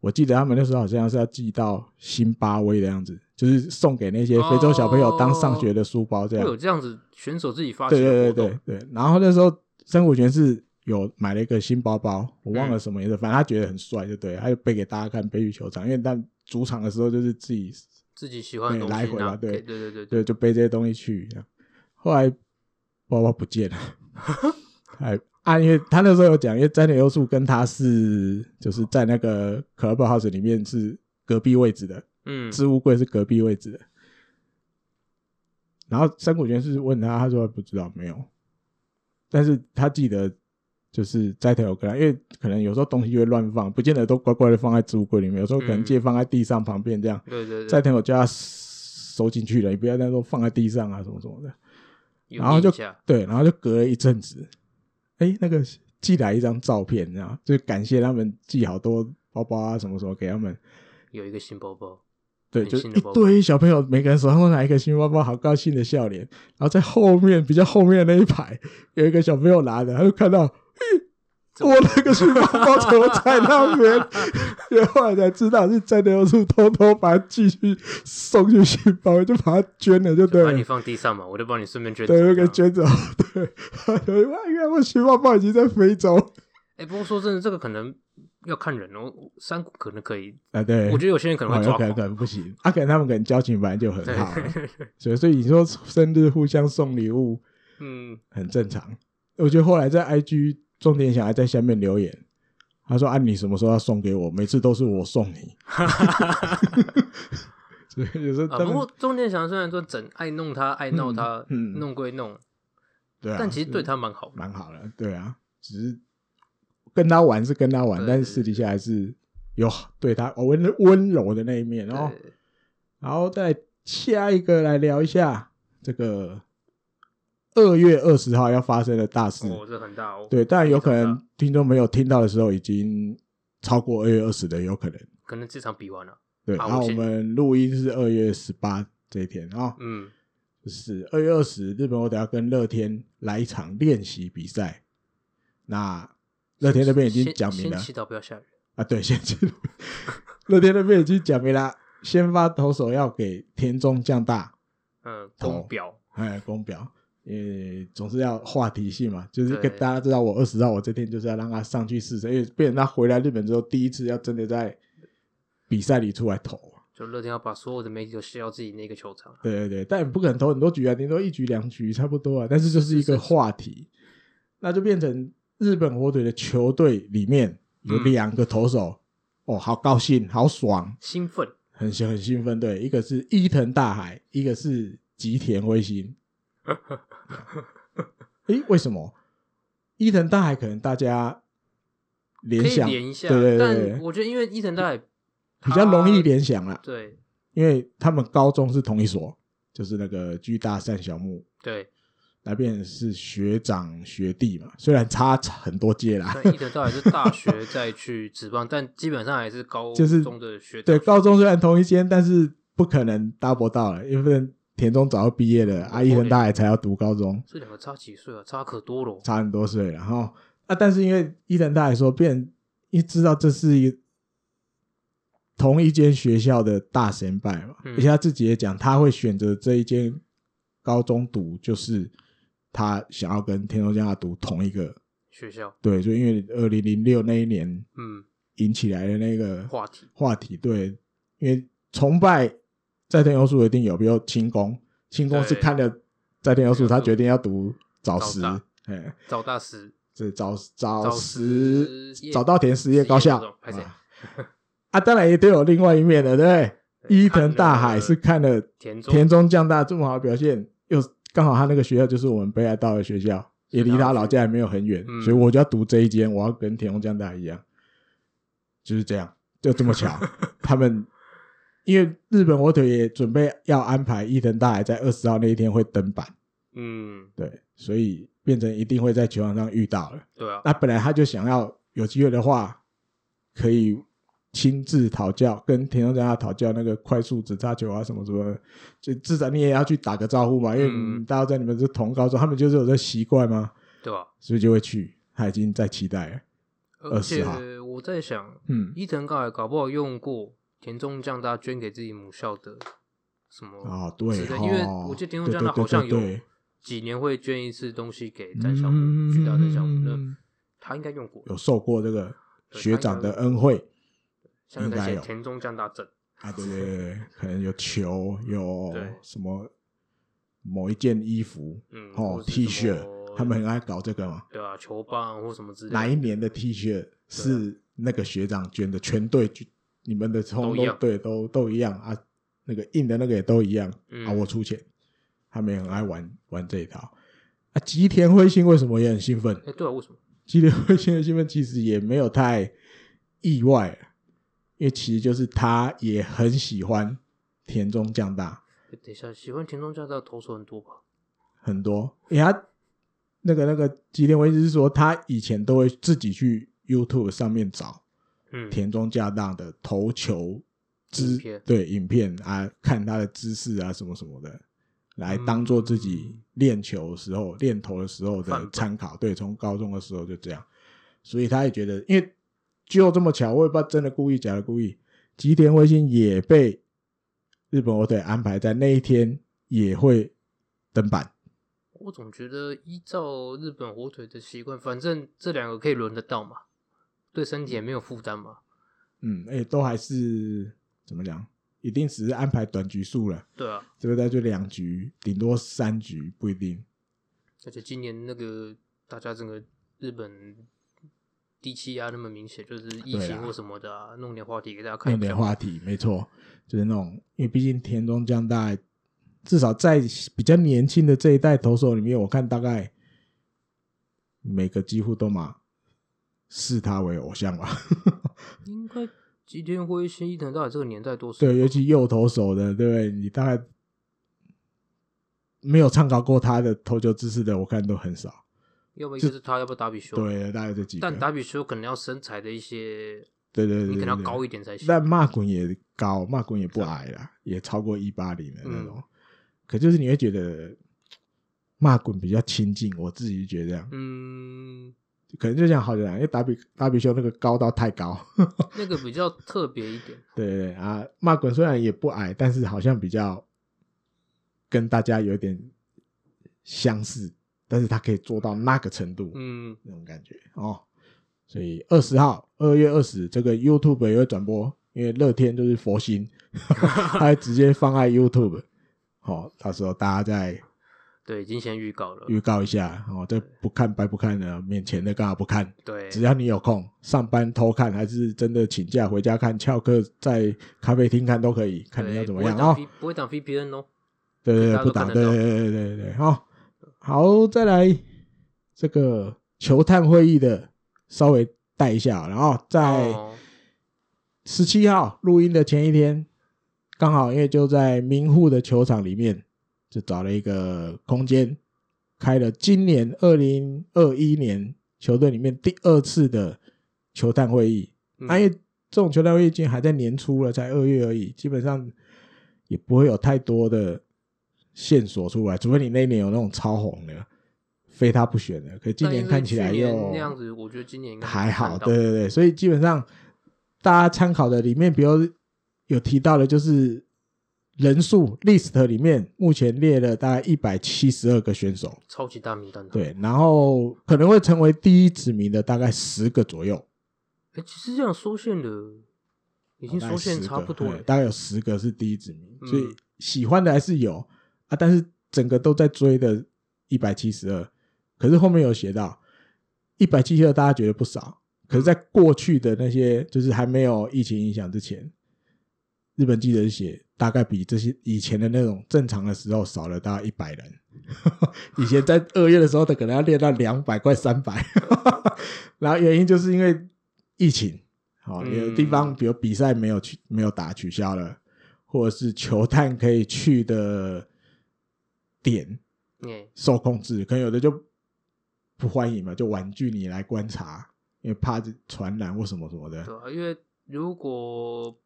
B: 我记得他们那时候好像是要寄到辛巴威的样子，就是送给那些非洲小朋友当上学的书包这
C: 哦会
B: 样。
C: 有这样子选手自己发起
B: 啊对
C: 的
B: 对
C: 活动，
B: 对对对。然后那时候生活权是有买了一个新包包，我忘
C: 嗯
B: 了什么颜色，反正他觉得很帅，就对了，他就背给大家看，背去球场，因为但主场的时候就是自己
C: 自己喜欢的
B: 对
C: 东西
B: 来回吧
C: 拿
B: 对
C: 给对对对对，
B: 对，就背这些东西去。这样后来包包不见了，哎啊，因为他那时候有讲，因为真的优树跟他是就是在那个 clubhouse 里面是隔壁位置的，
C: 嗯，
B: 置物柜是隔壁位置的。然后山谷泉是问他，他说不知道没有，但是他记得就是斋藤有跟他，因为可能有时候东西就会乱放，不见得都乖乖的放在置物柜里面，有时候可能
C: 嗯
B: 借放在地上旁边这样。
C: 对对
B: 斋
C: 对，
B: 藤有叫他收进去了，你不要那时候放在地上啊什么什么的。
C: 有
B: 然后
C: 印
B: 就
C: 象
B: 对，然后就隔了一阵子，哎，那个寄来一张照片，然后就感谢他们寄好多包包啊什么什么给他们。
C: 有一个新包包，
B: 对，
C: 很
B: 就
C: 新
B: 一
C: 的包包
B: 堆小朋友，每个人手上都拿一个新包包，好高兴的笑脸。然后在后面比较后面的那一排，有一个小朋友拿着，他就看到，
C: 怎
B: 我
C: 么
B: 那个新包包怎么在那 边？然后后来才知道是真的，又是偷偷把它寄去送去新包，就把它捐了，就对
C: 就把
B: 了
C: 你。放地上嘛，我就帮你顺便捐啊走
B: 对，
C: 这
B: 又
C: 样。
B: 给捐走。 对， 哇，原来我新包包已经在非洲。
C: 哎，不过说真的，这个可能要看人哦，山谷可能可以，
B: 啊，对，
C: 我觉得有些人可能会
B: 哦
C: 抓
B: 有可能可
C: 狂。
B: 能不行，啊，可能他们可能交情本来就很
C: 对
B: 好啊，
C: 对， 对
B: 所以所以你说生日互相送礼物，
C: 嗯，
B: 很正常。我觉得后来在 IG 重点想还在下面留言，他说：“啊，你什么时候要送给我？每次都是我送 你。”所以有时候他
C: 啊，不
B: 们、
C: 过钟点祥虽然说整爱弄他，爱闹他，
B: 嗯嗯
C: 弄归弄，
B: 对啊，
C: 但其实对
B: 是
C: 他蛮好的。
B: 蛮好的，对啊，只是跟他玩是跟他玩，
C: 对
B: 但是私底下还是有对他温温柔的那一面。然后，
C: 对
B: 然后再下一个来聊一下这个二月二十号要发生的大事。
C: 哦，这很大哦。
B: 嗯对，但有可
C: 非常
B: 能
C: 大
B: 听众朋友听到的时候已经超过二月二十的，有可能。
C: 可能这场比完了，
B: 对，
C: 啊
B: 然后
C: 我
B: 我
C: 先
B: 们录音是二月十八这一天啊、哦，
C: 嗯，
B: 就是二月二十，日本我等下跟乐天来一场练习比赛。那乐天那边已经
C: 先
B: 讲明了
C: 先祈祷不要下雨。
B: 啊，对，先进入 乐天那边已经讲明了，先发投手要给田中将大，
C: 嗯，
B: 投
C: 公表
B: 哎，公表。呃，总是要话题性嘛，就是
C: 对
B: 跟大家知道我二十号，我这天就是要让他上去试试，因为变成他回来日本之后第一次要真的在比赛里出来投啊
C: 就乐天要把所有的媒体都吸到自己那个球场。
B: 对对对，但也不可能投很多局啊，顶多一局两局差不多啊。但是就是一个话题，那就变成日本火腿的球队里面有两个投手，哦，好高兴，好爽，
C: 兴奋，
B: 很兴很兴奋。对，一个是伊藤大海，一个是吉田辉心。诶，为什么伊藤大海可能大家
C: 可
B: 联
C: 以
B: 想
C: 连一下，
B: 对对对
C: 但，我啊觉得因为伊藤大海
B: 比较容易联想啦，
C: 对
B: 因为他们高中是同一所，就是那个居大善小木。
C: 对，
B: 那便是学长学弟嘛，虽然差很多届啦，
C: 但伊藤大海是大学再去职棒，但基本上还是高
B: 就是
C: 中的学
B: 对，
C: 长
B: 高中虽然同一间，但是不可能 double 到了，因为田中早就毕业了，阿
C: 哦
B: 一很大也才要读高中，
C: 这两个差几岁啊？差可多了哦。
B: 差很多岁了哈。啊，但是因为伊藤大海说，变一知道这是一同一间学校的大神拜嘛，
C: 嗯
B: 而且他自己也讲，他会选择这一间高中读，就是他想要跟田中将大读同一个，
C: 学校，
B: 对，就因为二零零六那一年
C: 嗯，
B: 引起来的那个
C: 话题，
B: 话题，对，因为崇拜在天优树一定有，比如清宫，清宫是
C: 对
B: 看了在天优
C: 优
B: 树，
C: 树
B: 他决定要读早师
C: 早大，
B: 哎，
C: 早大师
B: 这早早
C: 早
B: 时
C: 实业
B: 早稻田实业高
C: 实业
B: 校
C: 那种
B: 啊，啊，当然也都有另外一面的，对不对？
C: 对
B: 伊
C: 看
B: 藤大
C: 了
B: 海是看了
C: 田中
B: 田中将大这么好的表现，又刚好他那个学校就是我们北海道的学校，也离他老家也没有很远，
C: 嗯
B: 所以我就要读这一间，我要跟田中将大一样，就是这样，就这么 巧。他们因为日本火腿也准备要安排伊藤大海在二十号那一天会登板，
C: 嗯，
B: 对，所以变成一定会在球场上遇到了。
C: 对啊，
B: 那本来他就想要有机会的话，可以亲自讨教，跟田中将大讨教那个快速直插球啊什么什么的，就至少你也要去打个招呼嘛，因为
C: 嗯
B: 你大家在你们是同高中，他们就是有这习惯嘛，
C: 对吧？
B: 所以就会去。他已经在期待了，
C: 而
B: 20
C: 且
B: 号
C: 我在想，
B: 嗯，
C: 伊藤刚才搞不好用过田中将大捐给自己母校的什么
B: 哦，对
C: 是的
B: 哦
C: 因为我记得田中将大好像有几年会捐一次东西给
B: 对对对对对
C: 詹小木，巨大詹小木，那
B: 嗯
C: 他应该用过，
B: 有受过这个
C: 对
B: 学长的恩惠
C: 像是
B: 应
C: 感
B: 该
C: 谢
B: 有
C: 田中将大正，
B: 啊，对对对，对可能有球，有
C: 对
B: 什么某一件衣服
C: 嗯，
B: 哦
C: 或是
B: ，T
C: 什
B: 恤
C: 么，
B: 他们很爱搞这个嘛。
C: 对啊，球棒或什么之类的，
B: 哪一年的 T
C: 啊
B: 恤是那个学长捐的，全队捐你们的通
C: 都一
B: 都
C: 样
B: 对都都一样啊，那个印的那个也都一样
C: 嗯
B: 啊，我出钱，他们也很爱玩玩这一套啊。吉田辉星为什么也很兴奋？
C: 哎，对啊，为什么？
B: 吉田辉星的兴奋其实也没有太意外，因为其实就是他也很喜欢田中将大
C: 哎等一下，喜欢田中将大的投手很多吧？
B: 很多，因为他那个那个吉田辉星是说他以前都会自己去 YouTube 上面找。
C: 嗯，
B: 田中家大的投球姿
C: 影片
B: 对影片啊，看他的姿势啊什么什么的，来
C: 嗯
B: 当做自己练球的时候、练投的时候
C: 范
B: 的
C: 本
B: 参考。对，从高中的时候就这样，所以他也觉得，因为就这么巧，我也不知道真的故意假的故意，吉田辉星也被日本火腿安排在那一天也会登板。
C: 我总觉得依照日本火腿的习惯，反正这两个可以轮得到嘛，对身体也没有负担嘛。
B: 嗯，哎、都还是怎么讲？一定只是安排短局数了。
C: 对啊，
B: 对不对？就两局，顶多三局，不一定。
C: 而且今年那个大家整个日本低气压那么明显，就是疫
B: 对
C: 情
B: 啊
C: 或什么的、啊，弄点话题给大家看
B: 有
C: 一
B: 点
C: 下。
B: 话题，没错，就是那种，因为毕竟田中将大，至少在比较年轻的这一代投手里面，我看大概每个几乎都嘛视他为偶像吧。
C: 应该吉田辉、新伊藤大海这个年代多少？
B: 对，尤其右投手的，对不对？你大概没有参考过他的投球姿势的，我看都很少。
C: 要不一个是他，要不达比修。，
B: 对，大概这几个。
C: 但达比修可能要身材的一些，
B: 对对对
C: 你可能
B: 对
C: 要
B: 对
C: 高一点才行。
B: 但骂滚也高，骂滚也不矮啦，也超过一八零的那种。
C: 嗯
B: 可就是你会觉得骂滚比较亲近，我自己觉得这样，
C: 嗯，
B: 可能就像好讲，因为达比达比修那个高到太高，
C: 那个比较特别一点。
B: 对对啊，骂滚虽然也不矮，但是好像比较跟大家有点相似，但是他可以做到那个程度，
C: 嗯，
B: 那种感觉哦。所以二十号，二月二十，这个 YouTube 也会转播，因为乐天就是佛心， 他会直接放在 YouTube。好、哦，到时候大家再
C: 对，已经先预告了。
B: 预告一下哦。这不看白不看的，免钱的干嘛不看？
C: 对，
B: 只要你有空，上班偷看，还是真的请假回家看，翘课在咖啡厅看都可以，看你要
C: 对
B: 怎么
C: 不会
B: 样
C: 挡
B: 哦。
C: V- 不会挡 VPN 哦。
B: 对对对，
C: 大家
B: 不
C: 都
B: 打，
C: 看
B: 对
C: 得
B: 对
C: 到
B: 对对对对，好，好，再来这个球探会议的稍微带一下，然后在
C: 哦，
B: 十七号录音的前一天，刚好因为就在明户的球场里面，就找了一个空间，开了今年二零二一年球队里面第二次的球探会议，
C: 嗯
B: 啊，因为这种球探会已经还在年初了，才二月而已，基本上也不会有太多的线索出来，除非你那一年有那种超红的，非他不选的。可是今
C: 但因
B: 年
C: 为
B: 看起来
C: 去
B: 又
C: 年那样子，我觉得今年应该
B: 还好，
C: 看到
B: 对对对，所以基本上大家参考的里面，比如有提到的，就是人数 list 里面目前列了大概一百七十二个选手，
C: 超级大名单的。
B: 对，然后可能会成为第一指名的大概十个左右。
C: 哎，其实这样缩限的，已经
B: 大
C: 缩
B: 概
C: 限
B: 10
C: 差
B: 个
C: 不多
B: 哎
C: 了。
B: 大概有十个是第一指名，
C: 嗯
B: 所以喜欢的还是有啊，但是整个都在追的一百七十二，可是后面有写到一百七十二，大家觉得不少，可是，在
C: 嗯
B: 过去的那些就是还没有疫情影响之前，日本记者是写大概比这些以前的那种正常的时候少了大概一百人，以前在二月的时候，他可能要练到两百快三百， 然后原因就是因为疫情，好、
C: 嗯
B: 有的地方比如比赛没有去没有打取消了，或者是球探可以去的点
C: 哎，
B: 受控制，可能有的就不欢迎嘛，就婉拒你来观察，因为怕这传染或什么什么的。
C: 对啊，因为如果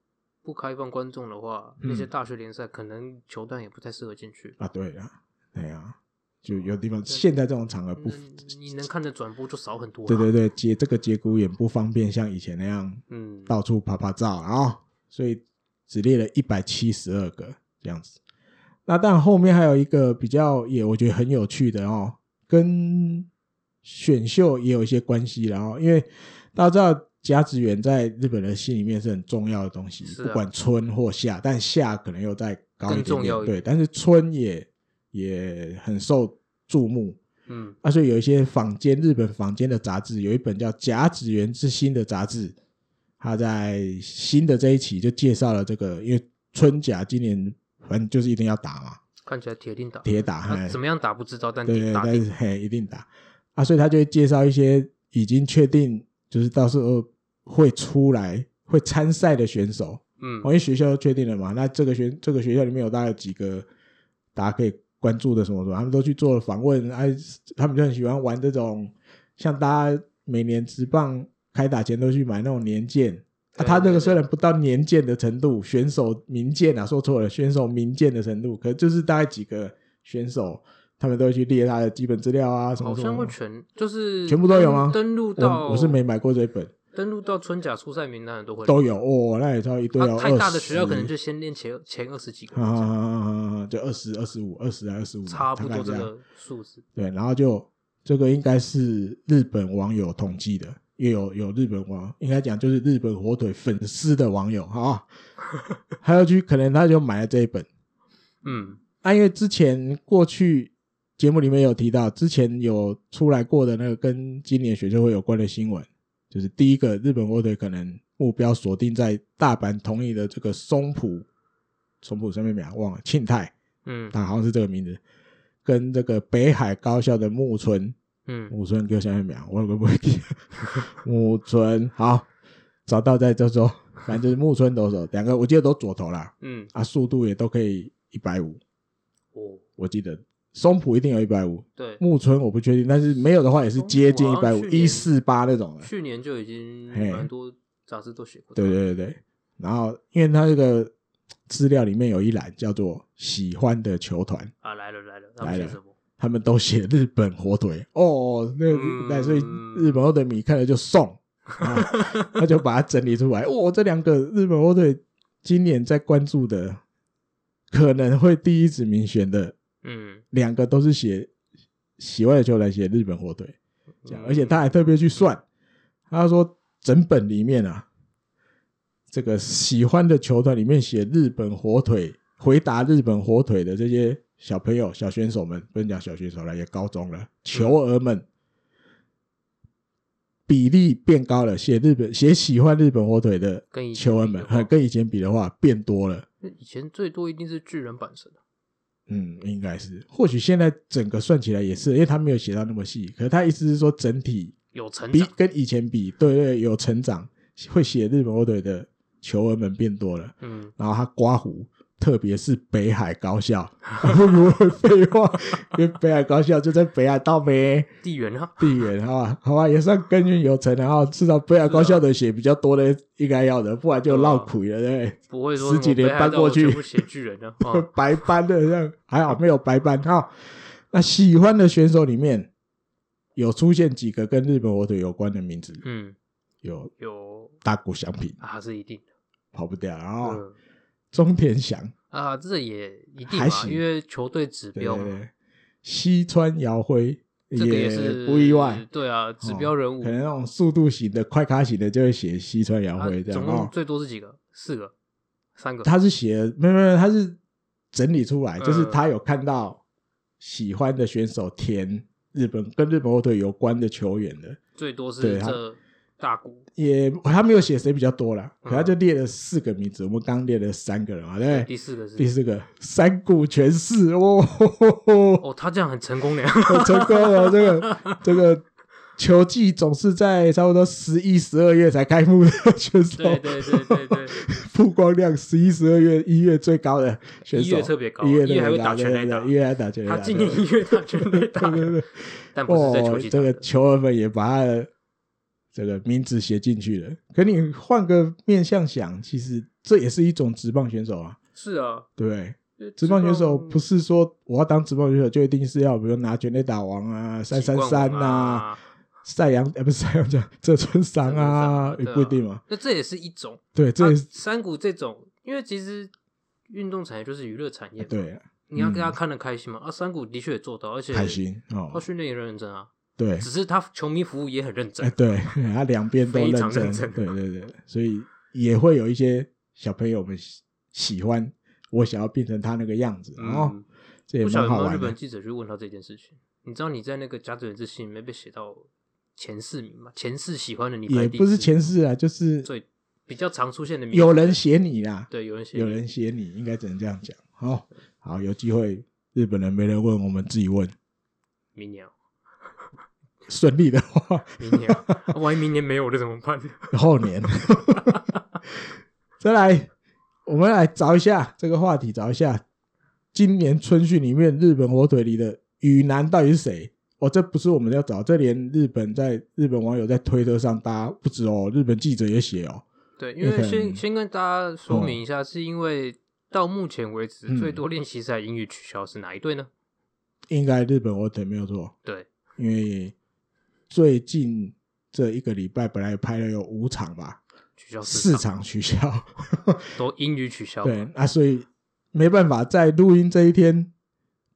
C: 不开放观众的话，那些
B: 嗯
C: 大学联赛可能球段也不太适合进去。
B: 啊，对啊，对啊，就有地方
C: 哦对
B: 现在这种场合不
C: 那，嗯你能看的转播就少很多。
B: 对对，对，节这个节骨眼不方便像以前那样
C: 嗯，
B: 到处拍拍照啊、所以只列了一百七十二个这样子。那但后面还有一个比较也我觉得很有趣的哦，跟选秀也有一些关系啦哦。然后因为大家知道甲子园在日本人心里面是很重要的东西，
C: 是啊
B: 不管春或夏，但夏可能又再高一点点
C: 更重要一点
B: 对，但是春也也很受注目。
C: 嗯，
B: 啊，所以有一些坊间日本坊间的杂志，有一本叫《甲子园之星》的杂志，它在新的这一期就介绍了这个，因为春甲今年反正就是一定要打嘛，
C: 看起来铁定打，
B: 铁打，
C: 啊
B: 嘿
C: 怎么样打不知道，但
B: 对对，
C: 打
B: 但
C: 定
B: 是嘿一定打啊，所以他就会介绍一些已经确定，就是到时候会出来会参赛的选手，
C: 嗯
B: 哦因为学校都确定了嘛，那这个学这个学校里面有大概有几个大家可以关注的什么什么，他们都去做了访问，哎、他们就很喜欢玩这种，像大家每年职棒开打前都去买那种年鉴。啊、
C: 对
B: 他这
C: 对
B: 个
C: 对
B: 虽然不到年鉴的程度，选手名鉴啊，说错了，选手名鉴的程度，可就是大概几个选手，他们都会去列他的基本资料啊，什么
C: 好
B: 什
C: 像
B: 么
C: 会。全就是
B: 全部都有吗
C: 登录到
B: 我我是没买过这一本，
C: 登录到春甲初赛名单的都会
B: 都有哦，那也超一堆
C: 啊
B: 哦、
C: 太大的学校
B: 20
C: 可能就先练前前二十几个
B: 啊啊啊啊啊啊！就二十二十五、二十来二十五，
C: 差不
B: 大
C: 多
B: 概
C: 这
B: 这样。
C: 个数字。
B: 对，然后就这个应该是日本网友统计的，也有有日本网，应该讲就是日本火腿粉丝的网友啊，还有去可能他就买了这一本。
C: 嗯，
B: 啊，因为之前过去节目里面有提到，之前有出来过的那个跟今年选秀会有关的新闻，就是第一个日本火腿可能目标锁定在大阪同意的这个松浦，松浦上面秒忘了庆太。
C: 嗯
B: 他好像是这个名字，跟这个北海高校的木村，
C: 嗯，
B: 木村给我想想啊秒，我会不会记？木村好，找到再这周，反正就是木村投手，两个我记得都左投啦，
C: 嗯，
B: 啊，速度也都可以一百五，
C: 哦，
B: 我记得松浦一定有一百五，
C: 对，
B: 木村我不确定，但是没有的话也是接近
C: 松
B: 一
C: 浦好
B: 百
C: 像
B: 五，
C: 去
B: 一
C: 年
B: 四八那种的，
C: 去年就已经
B: 嘿
C: 蛮多杂志都写过。
B: 对，对对对，然后因为他这个资料里面有一栏叫做喜欢的球团。
C: 啊，来了来了，他
B: 来
C: 们写
B: 了
C: 什么？
B: 他们都写日本火腿哦，那个
C: 嗯
B: 那、所以日本火腿迷看了就送，啊、他就把它整理出来。哦，这两个日本火腿今年在关注的，可能会第一指名选的
C: 嗯，
B: 两个都是写喜欢的球来写日本火腿，这样，
C: 嗯
B: 而且他还特别去算，他说整本里面啊，这个喜欢的球团里面写日本火腿，回答日本火腿的这些小朋友、小选手们，不能讲小选手了，也高中了，球
C: 嗯
B: 儿们。比例变高了，写日本写喜欢日本火腿的
C: 跟以前
B: 球儿
C: 比
B: 们呃
C: 的，话
B: 跟以前比的话变多了。
C: 那嗯以前最多一定是巨人阪神啊
B: 嗯，应该是，或许现在整个算起来也是，因为他没有写到那么细，可是他意思是说整体
C: 有成
B: 比
C: 长。
B: 跟以前比，对对，有成长，会写日本火腿的球员们变多了，
C: 嗯，
B: 然后他刮胡，特别是北海高校， 不如会废话，因为北海高校就在北海道呗，
C: 地缘啊，
B: 地缘，好吧，好吧，也算耕耘有成，然后至少北海高校
C: 啊
B: 的写比较多的应该要的，不然就落苦了，对不对？
C: 不会说
B: 十几
C: 什
B: 年
C: 么北海
B: 搬
C: 道
B: 过去
C: 全 部写巨人啊。啊
B: 白班的，这样还好没有白班哈。那喜欢的选手里面有出现几个跟日本火腿有关的名字，
C: 嗯，
B: 有
C: 有
B: 大谷翔平
C: 啊，是一定的。
B: 跑不掉，然后
C: 嗯
B: 中田翔，
C: 啊，这也一定
B: 还
C: 嘛，
B: 行
C: 因为球队指
B: 对
C: 标
B: 对
C: 嘛，
B: 对，西川遥辉
C: 这个是
B: 不意外，
C: 对啊，指标
B: 哦
C: 人物
B: 可能那种速度型的、快卡型的就会写西川遥
C: 啊
B: 辉这样
C: 总
B: 哦
C: 共。最多是几个？四个，三个。
B: 他是写没有没有，他是整理出来，
C: 嗯
B: 就是他有看到喜欢的选手填日本跟日本火腿有关的球员的。
C: 最多是
B: 对他
C: 这大股
B: 也他没有写谁比较多啦，
C: 嗯
B: 可他就列了四个名字，我们刚列了三个人嘛，对不
C: 第
B: 对？
C: 四个是
B: 第四个山谷全是哦， 吼吼吼
C: 哦，他这样很成 功的呀。
B: 很成功了，这个这个球季总是在差不多十一、十二月才开幕的选手，
C: 对对对对
B: 啊
C: 对，
B: 曝光量十一、十二月、一月最高的选手，
C: 一月特别高
B: 一月特
C: 一月还
B: 别
C: 会
B: 高，
C: 打
B: 对
C: 全
B: 对
C: 垒打
B: 对，一月还打全垒打，
C: 他今年
B: 对啊
C: 一月打全垒打，
B: 对对对。
C: 但不是在球
B: 哦
C: 季，打
B: 这个
C: 的
B: 球儿们也把他的这个名字写进去了。可你换个面向想，其实这也是一种职棒选手啊，
C: 是啊，
B: 对不对？职
C: 职
B: 棒选手不是说我要当职棒选手就一定是要比如拿全垒打王啊、三三三呐、
C: 啊，
B: 赛扬 呃不是赛扬奖、这村赏啊，也
C: 这村上对啊
B: 不一定嘛。
C: 那这也是一种。
B: 对，这
C: 那
B: 也是
C: 山谷这种，因为其实运动产业就是娱乐产业，，
B: 对
C: 你要跟他
B: 嗯
C: 看得开心嘛。啊，山谷的确也做到，而且
B: 开心
C: 他
B: 哦，
C: 训练也认真啊，
B: 对，
C: 只是他球迷服务也很认
B: 哎、
C: 真，
B: 对， 他两边都
C: 非
B: 认
C: 常
B: 真，
C: 认真
B: 对对对，所以也会有一些小朋友们喜喜欢我想要变成他那个样子，然后
C: 嗯，
B: 这哦也
C: 不晓
B: 蛮
C: 得有
B: 好
C: 没有日
B: 玩
C: 本
B: 的。
C: 记者去问他这件事情？你知道你在那个甲子园之信里面被写到前四名吗？前四喜欢的你排
B: 也
C: 第
B: 不是
C: 四
B: 前世啊，就是
C: 最比较常出现的名字，
B: 有人写你啦，
C: 对有人写
B: 有人写你，应该只能这样讲。好，好，有机会日本人没人问，我们自己问。
C: 明年哦，
B: 顺利的话，
C: 明年 哦，万一明年没有了怎么办？
B: 后年 再来，我们来找一下这个话题，找一下今年春训里面日本火腿里的雨男到底是谁？哦，这不是我们要找，这连日本在日本网友在推特上，大家不止哦，日本记者也写哦，
C: 对，因为
B: 可
C: 先
B: 能
C: 先跟大家说明一下，是因为到目前为止、
B: 嗯
C: 最多练习赛英语取消是哪一队呢？
B: 应该日本火腿没有错，
C: 对，
B: 因为最近这一个礼拜本来拍了有五场吧，
C: 取消
B: 四
C: 四场
B: 场取消，
C: 都英语取消嘛，
B: 对，那所以没办法，在录音这一天，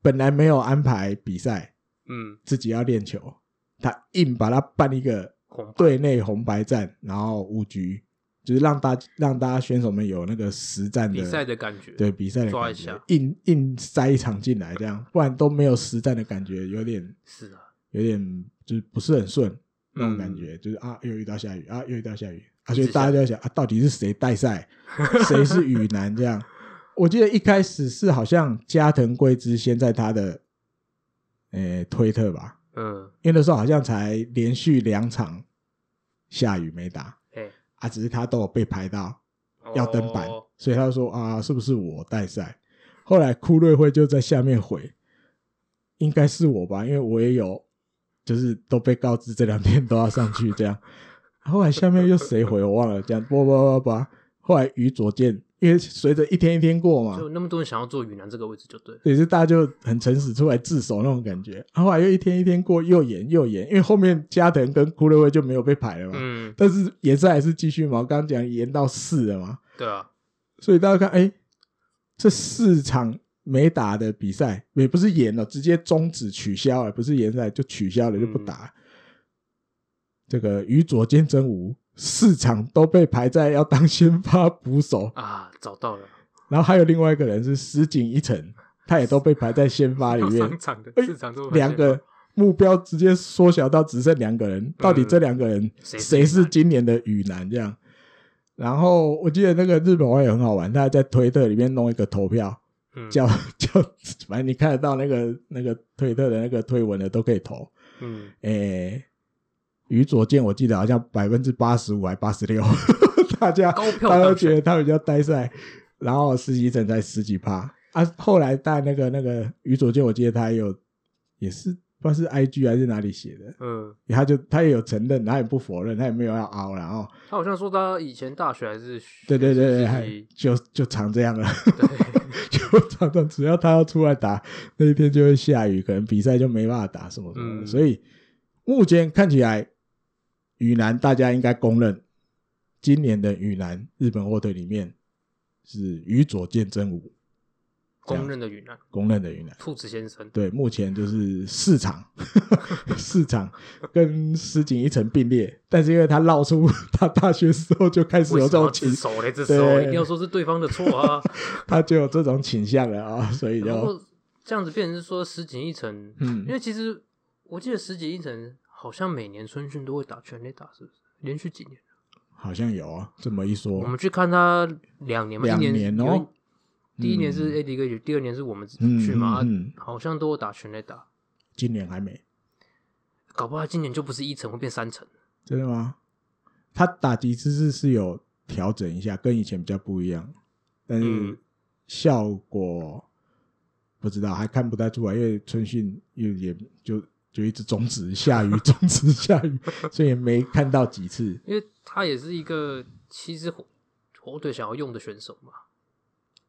B: 本来没有安排比赛，
C: 嗯，
B: 自己要练球，他硬把它办一个
C: 恐怕
B: 队内红白战，然后五局，就是让大让大家选手们有那个实战的
C: 比赛的感觉，
B: 对比赛的
C: 抓一
B: 感
C: 下
B: 觉，硬硬塞一场进来，这样不然都没有实战的感觉，有点
C: 是啊，
B: 有点就是不是很顺那种
C: 嗯
B: 感觉，就是啊又遇到下雨啊又遇到下雨啊，
C: 一
B: 所以
C: 直
B: 大
C: 下
B: 家就在想啊到底是谁带赛，谁是雨男这样。我记得一开始是好像加藤贵之先在他的诶、推特吧，
C: 嗯，
B: 因为那时候好像才连续两场下雨没打
C: 哎、
B: 啊，只是他都有被拍到要登板，
C: 哦
B: 所以他就说啊是不是我带赛？后来库瑞会就在下面回，应该是我吧，因为我也有，就是都被告知这两天都要上去这样。后来下面又谁回我忘了，这样叭叭叭叭。后来于左健，因为随着一天一天过嘛，
C: 就那么多人想要做雨男这个位置，就对了。
B: 也是大家就很诚实出来自首那种感觉。啊后来又一天一天过，又延又延，因为后面加藤跟库勒威就没有被排了嘛。
C: 嗯，
B: 但是延赛还是继续嘛，我刚刚讲延到四了嘛，
C: 对啊，
B: 所以大家看，哎、这四场没打的比赛也不是延了，直接终止取消了，不是延赛就取消了，就不打。这个于左兼真武四场都被排在要当先发捕手，
C: 啊，找到了，
B: 然后还有另外一个人是石井一成，他也都被排在先发里
C: 到
B: 面
C: 商。场的
B: 哎
C: 市场都
B: 两个目标直接缩小到只剩两个人，到底这两个人
C: 嗯谁是
B: 谁
C: 雨
B: 是
C: 男
B: 今年的雨男？这样。然后我记得那个日本网友很好玩，他在推特里面弄一个投票，
C: 嗯
B: 叫 叫，反正你看得到那个那个推特的那个推文的都可以投。
C: 嗯，
B: 诶，于左健我记得好像百分之八十五还八十六，大家
C: 高票
B: 大家都
C: 当选
B: 觉得他比较呆赛，然后实习整才十几趴啊。后来但那个那个于左健，我记得他也有也是不知道是 IG 还是哪里写的，
C: 嗯，
B: 他就他也有承认，他也不否认，他也没有要凹哦然后
C: 他好像说他以前大学还是
B: 对对对对，
C: 还
B: 还就就常这样了。
C: 对，
B: 就常常只要他要出来打，那一天就会下雨，可能比赛就没办法打什么什么的。
C: 嗯
B: 所以目前看起来，雨男大家应该公认，今年的雨男日本火腿里面是宇佐见真武
C: 公认的雨男，
B: 公认的雨男。
C: 兔子先生，
B: 对，目前就是市场， 市场跟石井一成并列，但是因为他绕出 他大学时候就开始
C: 为
B: 有
C: 什
B: 这
C: 么要
B: 种
C: 自
B: 倾，
C: 首嘞？自
B: 对
C: 首一定要说是对方的错 啊！
B: 他就有这种倾向了 啊、所以
C: 然
B: 就
C: 后这样子变成是说石井一成，
B: 嗯
C: 因为其实我记得石井一成好像每年春训都会打全垒打，是不是？连续几年，
B: 好像有啊，这么一说，
C: 我们去看他哦两年嘛，
B: 两
C: 一
B: 年
C: 年嗯
B: 哦
C: 因为第一年是
B: 嗯
C: AD 跟第二年是我们
B: 嗯
C: 去嘛，
B: 嗯嗯
C: 啊好像都有打全垒打，
B: 今年还没，
C: 搞不好今年就不是一层会变三层。
B: 真的吗？他打击姿势是有调整一下，跟以前比较不一样，但是
C: 嗯
B: 效果不知道，还看不太出来，因为春训又也就就一直终止下雨，终止下 雨，所以也没看到几次。
C: 因为他也是一个其实火火腿想要用的选手嘛，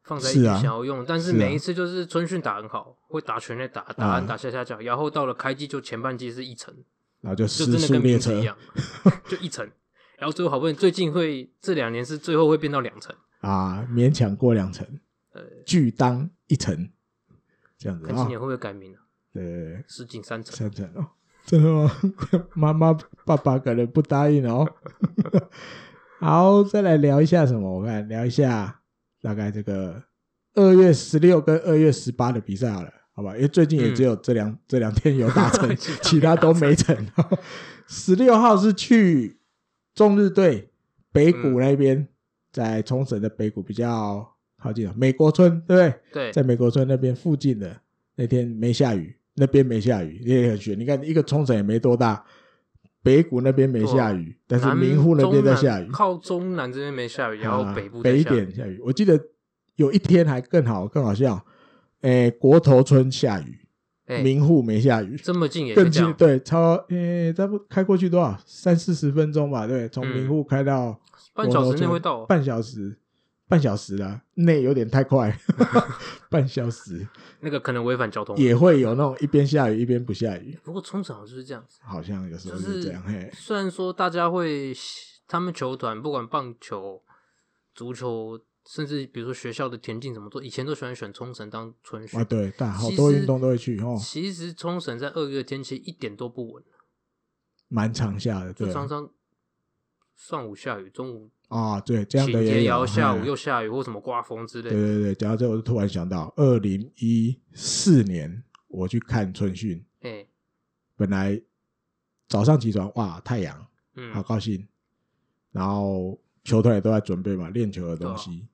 C: 放在一起
B: 是啊
C: 想要用，但是
B: 是啊啊
C: 每一次就是春训打很好，会打全垒打，打安打下下角，然后到了开季就前半季是一层，
B: 然后就
C: 就
B: 失
C: 真的
B: 速
C: 跟
B: 列
C: 名字
B: 车
C: 一样，就一层，然后最后好不容易最近会这两年是最后会变到两层，
B: 啊，勉强过两层，
C: 呃，
B: 巨当一层，这样子
C: 看
B: 啊
C: 今、年会不会改名啊？
B: 对对对，
C: 石井三层，，
B: 三层哦，真的吗？ 妈妈、爸爸可能不答应哦。 好，再来聊一下什么？我看聊一下大概这个二月十六跟二月十八的比赛好了，好吧？因为最近也只有这两、这两天有达成
C: 其他
B: 其他都没成。 十六号是去中日队北谷那边，在冲绳的北谷比较靠近的哦美国村，对不对？
C: 对，
B: 在美国村那边附近的那天没下雨，那边没下雨也很悬。你看一个冲绳也没多大，北谷那边没下雨，但是
C: 南
B: 明户那边在下
C: 中
B: 雨
C: 南，靠中南这边没下雨，然后
B: 啊
C: 北部在
B: 北一
C: 下雨
B: 点下雨。我记得有一天还更好更好笑，诶，国头村下雨，
C: 哎
B: 明户没下雨。
C: 这么近也可
B: 更
C: 以这
B: 近
C: 样，
B: 对，超诶，差不多开过去多少三四十分钟吧？对，从
C: 嗯
B: 明户开到
C: 半小
B: 国头
C: 时内
B: 村
C: 会到哦。
B: 半小时，半小时啦，内有点太快， 半小时。
C: 那个可能违反交通。
B: 也会有那种一边下雨一边不下雨，
C: 不过冲绳好像就是这样子，
B: 好像有时
C: 就
B: 候是这样。嘿，
C: 虽然说大家会，他们球团不管棒球、足球，甚至比如说学校的田径怎么做，以前都喜欢选冲绳当春训
B: 啊，。对，但好
C: 其
B: 多
C: 实
B: 运动都会去哦，
C: 其实冲绳在二月的天气一点都不稳，
B: 蛮常下的，
C: 就
B: 对
C: 常常上午下雨，中午
B: 啊，对，这样
C: 起
B: 的
C: 节
B: 也
C: 也
B: 有。
C: 要下午
B: 嘿
C: 又下雨，或什么刮风之类
B: 对
C: 的。
B: 对对，讲到这，我就突然想到，二零一四年我去看春训，
C: 哎，
B: 本来早上起床哇，太阳，好
C: 嗯，
B: 高兴。然后球队也都在准备嘛，练球的
C: 啊
B: 东西。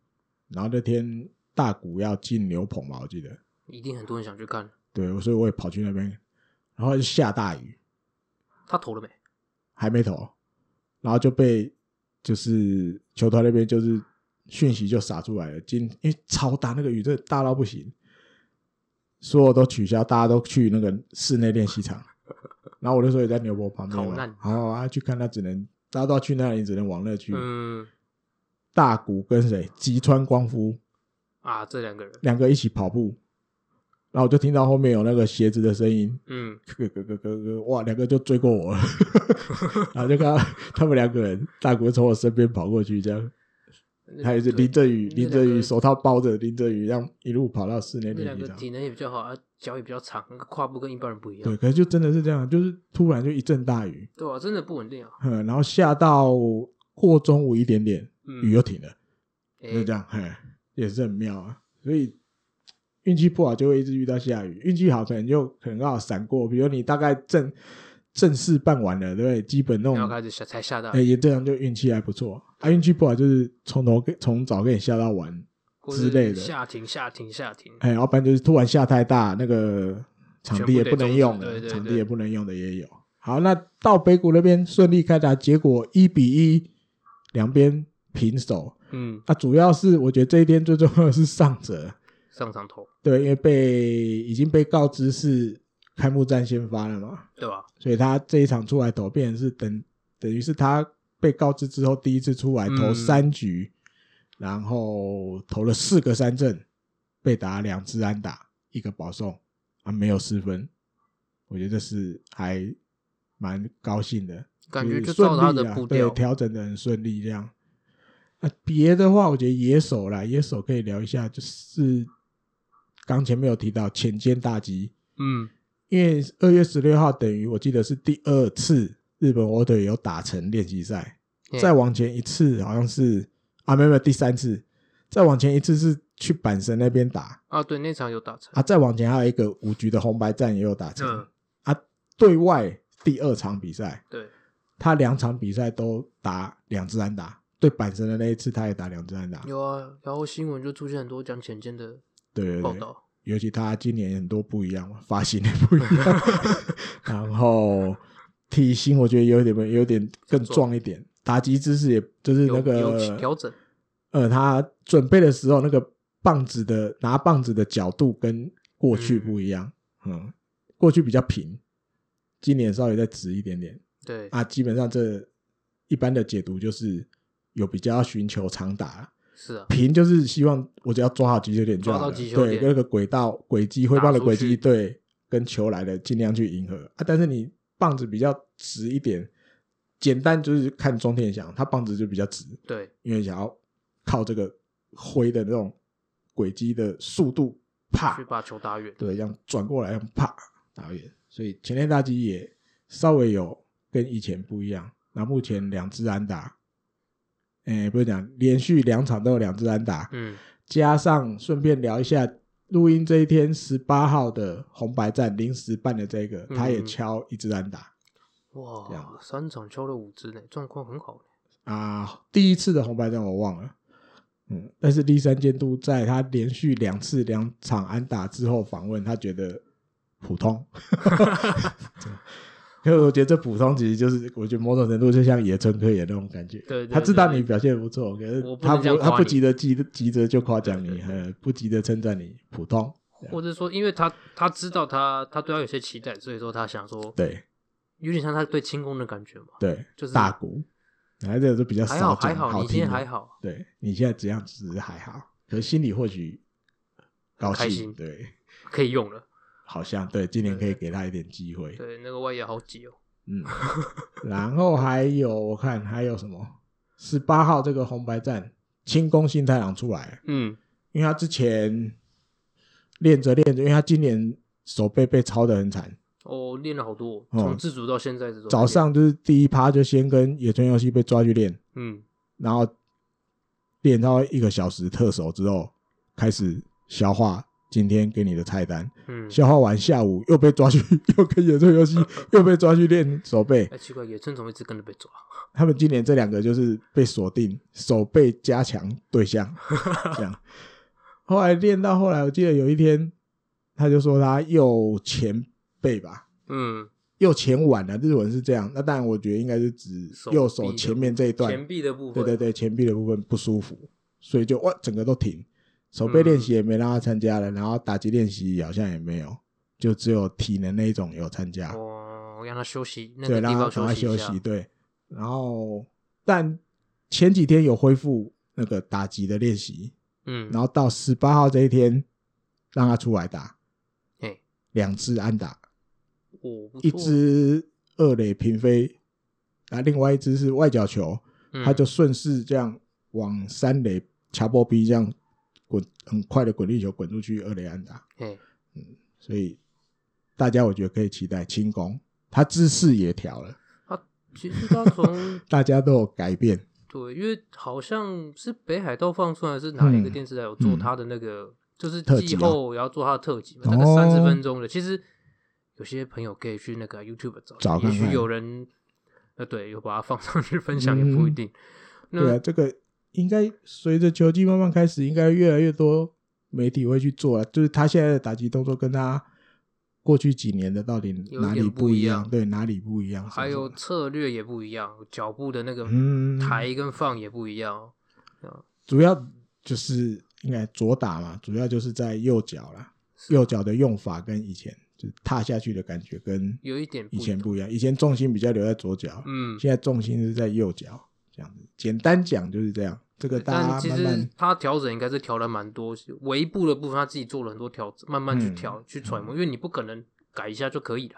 B: 然后那天大谷要进牛棚嘛，我记得，
C: 一定很多人想去看。
B: 对，所以我也跑去那边，然后就下大雨，
C: 他投了没？
B: 还没投，然后就被就是球团那边就是讯息就撒出来了，今因为超大那个雨真的大到不行，所有都取消，大家都去那个室内练习 场，然后我那时候也在牛棚旁边
C: 逃难
B: 嘛，好啊去看他只能大家都要去那里，只能往那去。
C: 嗯
B: 大谷跟谁吉川光夫
C: 啊，这两个人，
B: 两个一起跑步，然后我就听到后面有那个鞋子的声音，
C: 嗯，
B: 咯咯咯咯咯，哇，两个就追过我了， 然后就看到他们两个人，大国从我身边跑过去，这样，
C: 那
B: 他也是
C: 对
B: 淋着雨，
C: 那
B: 淋着
C: 两个
B: 雨，手套包着，淋着雨，让一路跑到室内
C: 那
B: 练
C: 两
B: 习
C: 个
B: 场。
C: 体能也比较好，啊，脚也比较长，那个跨步跟一般人不一
B: 对，
C: 样。
B: 可是就真的是这样，就是突然就一阵大雨，
C: 对啊，真的不稳定啊。
B: 嗯，然后下到过中午一点点，
C: 嗯，
B: 雨又停了，
C: 哎
B: 就这样，嘿，也是很妙啊。所以运气不好就会一直遇到下雨，运气好可能就可能刚好闪过，比如你大概正正式办完了，对不对？基本那
C: 然
B: 种
C: 后开始下才下大
B: 哎、
C: 雨
B: 也这样就运气还不错。啊，运气不好就是从头给从早给你下到晚，
C: 或
B: 之
C: 是
B: 类的
C: 下停下停下停。
B: 哎、要不然就是突然下太大，那个场地也不能用
C: 全部得
B: 了，
C: 终止对对
B: 场地
C: 对
B: 也不能用的也有。好，那到北谷那边顺利开打，结果一比一，两边平手。
C: 嗯，
B: 那、主要是我觉得这一天最重要的是上者，
C: 上场投，
B: 对，因为被已经被告知是开幕战先发了嘛，
C: 对吧？
B: 所以他这一场出来投，变成是等等于是他被告知之后第一次出来投
C: 嗯
B: 三局，然后投了四个三振，被打两支安打，一个保送，啊没有失分，我觉得这是还蛮高兴的，
C: 感觉
B: 就
C: 就是
B: 顺
C: 照他
B: 利
C: 的
B: 啊
C: 步
B: 对
C: 调。
B: 调整的很顺利这样。啊，别的话，我觉得野手啦，野手可以聊一下，就是刚前面有提到浅间大吉，
C: 嗯，
B: 因为二月十六号等于我记得是第二次日本火腿有打成练习赛，
C: 哎
B: 再往前一次好像是啊，没有没有第三次，再往前一次是去阪神那边打
C: 啊，对，那场有打成。
B: 啊，再往前还有一个五局的红白战也有打成、
C: 嗯，
B: 啊，对外第二场比赛
C: 对，
B: 他两场比赛都打两支安打，对阪神的那一次他也打两支安打，
C: 有啊。然后新闻就出现很多讲浅见的
B: 对对
C: 报
B: 对，
C: 道。
B: 尤其他今年很多不一样嘛，发型也不一 样，然后体型我觉得有点有点更壮一点，打击姿势也就是
C: 有
B: 那
C: 有调
B: 个
C: 整，
B: 呃，他准备的时候那个棒子的拿棒子的角度跟过去不一样，嗯，过去比较平，今年稍微再直一点点
C: 对，
B: 啊，基本上这一般的解读就是有比较要寻求长打啦
C: 是啊，
B: 平就是希望我只要抓好击球点就
C: 抓
B: 好
C: 到
B: 了，
C: 击球
B: 对，
C: 点
B: 跟那个轨道轨迹挥棒的轨迹
C: 打
B: 对，跟球来的尽量去迎合啊。但是你棒子比较直一点，简单就是看中天翔，他棒子就比较直，
C: 对，
B: 因为想要靠这个挥的那种轨迹的速度，啪
C: 去，把球打远。
B: 对，这样转过来，这样啪打远。所以前天大吉也稍微有跟以前不一样。那目前两支安打，哎、不是讲连续两场都有两支安打，
C: 嗯，
B: 加上顺便聊一下录音这一天十八号的红白战临时办的这个，他也
C: 嗯
B: 敲一支安打。这样
C: 哇，三场敲了五支呢，状况很好呢。
B: 啊，第一次的红白战我忘了，嗯，但是第三监督在他连续两次两场安打之后访问，他觉得普 通，因为我觉得这普通其实就是，我觉得某种程度就像野村科也那种感觉，
C: 对对
B: 他知道
C: 对
B: 你表现得不错，可是
C: 我不
B: 他
C: 能这样
B: 他
C: 夸
B: 不
C: 你
B: 急着急急着就夸奖
C: 对
B: 你，
C: 对对
B: 呃，不急着称赞你普通，
C: 或者说，因为他他知道他他对他有些期待，所以说他想说，
B: 对
C: 有点像他对清宫的感觉嘛。
B: 对，
C: 就是
B: 大鼓，还这个就比较
C: 还
B: 少
C: 好
B: 讲
C: 还好，你
B: 听
C: 今天
B: 的
C: 还好，
B: 对你现在这样子还好，可是心里或许高
C: 开
B: 兴，
C: 心
B: 对，
C: 可以用了。
B: 好像对，今年可
C: 对
B: 以给他一点机会，
C: 对，那个外野好挤哦。
B: 嗯，然后还有我看还有什么，十八号这个红白战，轻功新太郎出来了，
C: 嗯，
B: 因为他之前练着练着，因为他今年手背被操得很惨，
C: 哦，练了好多哦，
B: 哦
C: 从自主到现在这种。
B: 早，上就是第一趴就先跟野村游戏被抓去练，
C: 嗯，
B: 然后练到一个小时特手之后，开始消化今天给你的菜单。
C: 嗯，
B: 消化完下午又被抓去， 又跟野村游戏又被抓去练手背。
C: 哎，奇怪，野村怎么一直跟着被抓？
B: 他们今年这两个就是被锁定手背加强对象， 这样。后来练到后来，我记得有一天，他就说他右前背吧，
C: 嗯，
B: 右前腕啊，日文是这样。那当然，我觉得应该是指
C: 臂
B: 右
C: 的
B: 手
C: 部
B: 前面这一段，
C: 前臂的部
B: 对
C: 分，
B: 对对，前臂的部分不舒服，所以就哇，整个都停。手背练习也没让他参加了，然后打击练习好像也没有，就只有体能那一种有参加，
C: 哦，让他休息，那
B: 对，
C: 个
B: 让
C: 地
B: 他
C: 方
B: 赶
C: 休
B: 快
C: 息
B: 休
C: 一下
B: 息。。对，然后但前几天有恢复那个打击的练习，
C: 嗯，
B: 然后到十八号这一天让他出来打
C: 哎，
B: 两支安打，
C: 我
B: 一支二垒平飞，啊，另外一支是外角球，
C: 嗯
B: 他就顺势这样往三垒乔波逼这样滚，很快的滚地球滚出去二垒安打，
C: 哎，
B: 所以大家我觉得可以期待轻功，他姿势也调了，
C: 他其实他从
B: 大家都有改变，
C: 对，因为好像是北海道放出来是哪一个
B: 嗯
C: 电视台有做
B: 嗯
C: 他的那个，就是
B: 特辑
C: 季
B: 啊
C: 后也要做他的特辑嘛，大概
B: 哦
C: 三十分钟的。其实有些朋友可以去那个 YouTube 找，
B: 找看
C: 也许
B: 看
C: 有人呃对有把它放 上去分享也不一
B: 嗯
C: 定。
B: 对啊，
C: 那
B: 这个应该随着球技慢慢开始，应该越来越多媒体会去做了，就是他现在的打击动作跟他。过去几年的到底
C: 有
B: 哪
C: 点
B: 里
C: 不
B: 不
C: 一
B: 一
C: 样
B: 对，哪里不一样？
C: 还
B: 什么
C: 有
B: 什么
C: 策略也不一样，脚步的那个
B: 嗯
C: 抬跟放也不一样哦。
B: 主要就是应该左打嘛，主要就是在右脚啦，
C: 是
B: 右脚的用法跟以前就是踏下去的感觉跟
C: 有一点不
B: 以
C: 一
B: 前
C: 样
B: 不一样，以前重心比较留在左脚，
C: 嗯，
B: 现在重心是在右脚，这样子。简单讲就是这样，这个大
C: 但
B: 家
C: 其
B: 慢
C: 实
B: 慢
C: 他调整应该是调了蛮多，尾部的部分他自己做了很多调整，慢慢去
B: 嗯
C: 调、去揣摩，因为你不可能改一下就可以了。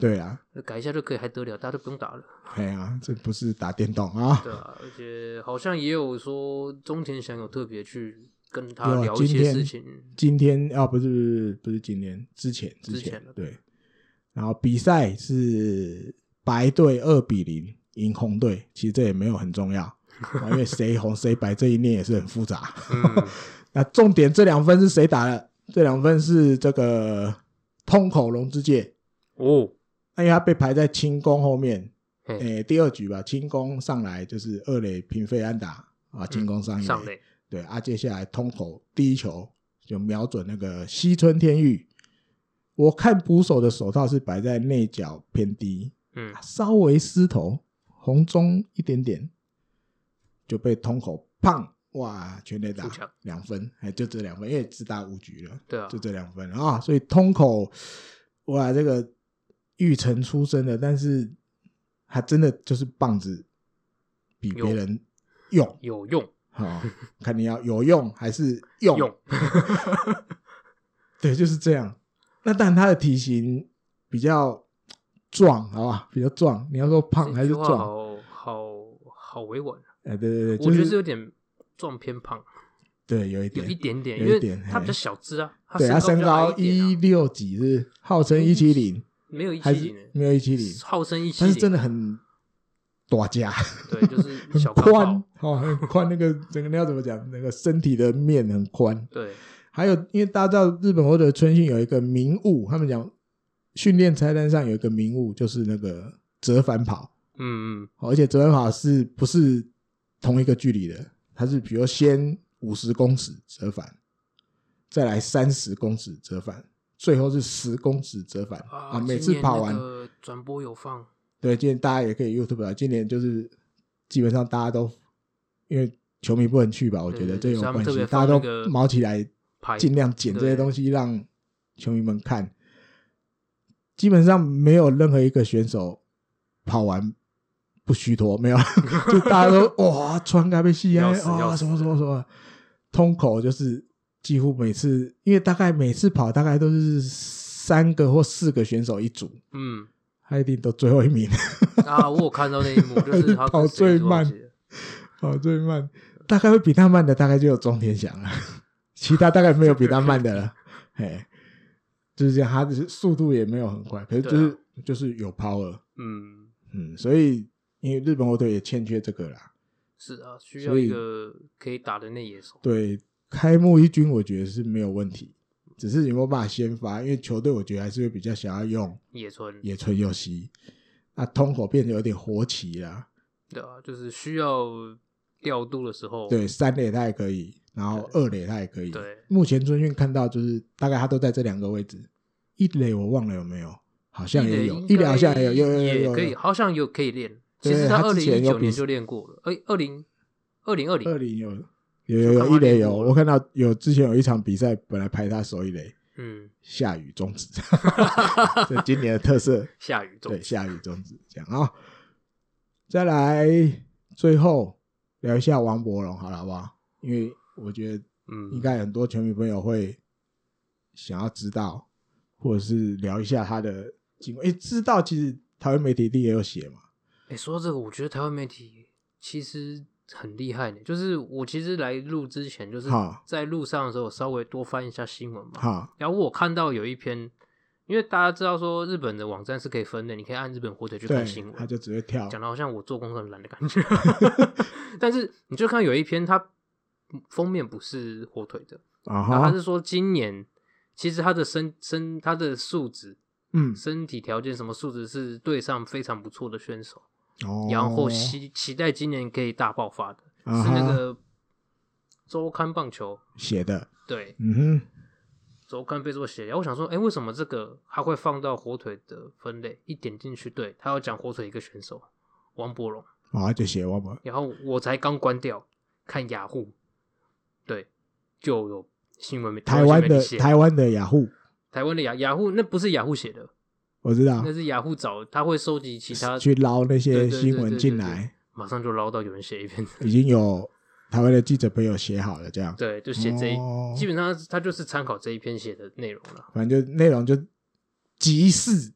B: 对啊，
C: 改一下就可以，还得了？大家都不用打了，
B: 哎呀、这不是打电动啊，
C: 对啊。而且好像也有说中田翔有特别去跟
B: 有
C: 他
B: 啊
C: 聊一
B: 今
C: 些
B: 天
C: 事情，
B: 今天啊不是不是不是今天之前
C: 之前
B: 前
C: 的
B: 对，然后比赛是白队二比零赢红队，其实这也没有很重要，啊因为谁红谁白这一念也是很复杂。
C: 嗯，
B: 那重点这两分是谁打的？这两分是这个通口龙之介，
C: 哦，
B: 那因为他被排在轻功后面，
C: 嘿
B: 诶、第二局吧，轻功上来就是二垒平飞安打啊，轻功上一垒，
C: 嗯上垒，
B: 对啊，接下来通口第一球就瞄准那个西村天玉。我看捕手的手套是摆在内角偏低，
C: 嗯，
B: 稍微失头，红中一点点，就被通口胖哇全垒打
C: 出墙
B: 两分，哎，就这两分，因为只打五局了，
C: 对啊
B: 就，这两分啊，所以通口哇这个玉成出身的，但是他真的就是棒子比别人用，
C: 有用，
B: 好、看你要有用还是用。
C: 用，
B: 对，就是这样。那但他的体型比较壮，好吧，比较壮。你要说胖还 是
C: 这句话
B: 壮？
C: 好好好委婉啊，
B: 哎，对对对，
C: 我觉
B: 就
C: 得是有点壮偏胖，
B: 对，有一点，
C: 有一点点，
B: 有
C: 因
B: 一
C: 为
B: 点
C: 他比较
B: 嘿
C: 小只啊，
B: 对他
C: 身
B: 身
C: 高
B: 高
C: 比较矮一点啊
B: 一六几是，号称一七零，
C: 没有一七
B: 还
C: 零
B: 是
C: 欸，
B: 没有一七零，
C: 号称一七
B: 但
C: 零，
B: 是真的很大家，
C: 对，就是
B: 很
C: 小钢
B: 宽
C: 炮，
B: 哦，很宽。那个整个那要怎么讲？那个身体的面很宽。
C: 对，
B: 还有，因为大家知道日本或者春训有一个名物，他们讲训练菜单上有一个名物，就是那个折返跑。
C: 嗯嗯，
B: 哦而且折返跑是不是同一个距离的？它是比如先五十公尺折返，再来三十公尺折返，最后是十公尺折返啊！每
C: 今
B: 次
C: 年
B: 跑
C: 那
B: 完，
C: 个转播有放，
B: 对，今年大家也可以 YouTube 啊。今年就是基本上大家都因为球迷不能去吧，我觉得
C: 对
B: 这
C: 对
B: 有
C: 所以他
B: 关
C: 们特
B: 系，
C: 别
B: 大家
C: 放那
B: 都
C: 个
B: 毛起来，
C: 牌
B: 尽量剪这些
C: 对
B: 东西让球迷们看。基本上没有任何一个选手跑完不虚脱， 没有，就大家都哇穿咖啡系啊，
C: 要死
B: 哇
C: 要死
B: 什么什么什么，通口就是几乎每次，因为大概每次跑大概都是三个或四个选手一组，
C: 嗯
B: 他一定都最后一名。
C: 啊，我有看到那一幕，就是他跟
B: 跑
C: 谁
B: 最
C: 就忘
B: 慢
C: 记了
B: 跑哦最慢，大概会比他慢的，大概就有中田翔了，其他大概没有比他慢的了。哎，就是这样，他的速度也没有很快，可是就是、就是有 power，
C: 嗯，
B: 嗯，所以因为日本火腿也欠缺这个啦。
C: 是啊，需
B: 所
C: 要一
B: 以
C: 个可以打的内野手，
B: 对，开幕一军我觉得是没有问题，只是有没有办法先发，因为球队我觉得还是会比较想要用
C: 野村，
B: 野村佑希，那通口变得有点活棋啦。
C: 对啊，就是需要调度的时候，
B: 对，三垒他也可以，然后二垒他也可以。
C: 对
B: 目前春训看到就是大概他都在这两个位置，一垒我忘了有没有，好像也有，一
C: 一
B: 垒
C: 垒
B: 好像也有，有有有有
C: 也可以，好像有可以练。其
B: 对
C: 实
B: 他
C: 二
B: 之
C: 零
B: 前
C: 一
B: 有
C: 九
B: 比
C: 年就练过了，哎，二零二零二
B: 二
C: 零，
B: 垒有有有
C: 就看
B: 有
C: 他
B: 一垒
C: 练
B: 有，
C: 过
B: 我看到有之前有一场比赛本来排他守一垒，
C: 嗯，
B: 下雨终 止，这今年的特色，
C: 下雨中
B: 对，，下雨终止这样啊、再来最后聊一下王伯荣好了，好不好？因为我觉得。应
C: 嗯，
B: 该很多球迷朋友会想要知道，或者是聊一下他的经过。诶，知道其实台湾媒体一定也有写嘛，
C: 哎，说到这个，我觉得台湾媒体其实很厉害呢。就是我其实来录之前，就是
B: 好
C: 在路上的时候稍微多翻一下新闻嘛，
B: 哈，
C: 然后我看到有一篇。因为大家知道说日本的网站是可以分的，你可以按日本火腿去
B: 对
C: 看新闻，，
B: 他就只会跳，
C: 讲的好像我做工很懒的感 觉，但是你就看有一篇，它封面不是火腿的，
B: 啊
C: 然后他
B: 哈，
C: 是说今年其实他的身身他的素质、
B: 嗯，
C: 身体条件什么素质是对上非常不错的选手，
B: 哦，
C: 然后期期待今年可以大爆发的，
B: 啊
C: 是那
B: 哈
C: 个周刊棒球
B: 写的，
C: 对
B: 嗯
C: 周刊被做写，然后我想说，哎，为什么这个他会放到火腿的分类？一点进去，对他要讲火腿一个选手王柏荣。
B: 哼，啊，就写我们
C: 然后我才刚关掉看雅虎，对，就有新闻媒
B: 台湾
C: 新闻媒
B: 的
C: 体写
B: 台湾的雅虎，
C: 台湾的雅雅虎，那不是雅虎写的，
B: 我知道
C: 那，是雅虎找他会收集其他，
B: 去捞那
C: 对
B: 些
C: 对对
B: 新
C: 对
B: 闻
C: 对
B: 进
C: 对
B: 来，
C: 马上就捞到有人写一篇，
B: 已经有台湾的记者朋友写好了，这样，
C: 对，就写这一，
B: 哦
C: 基本上他就是参考这一篇写的内容了。
B: 反正就内容就集市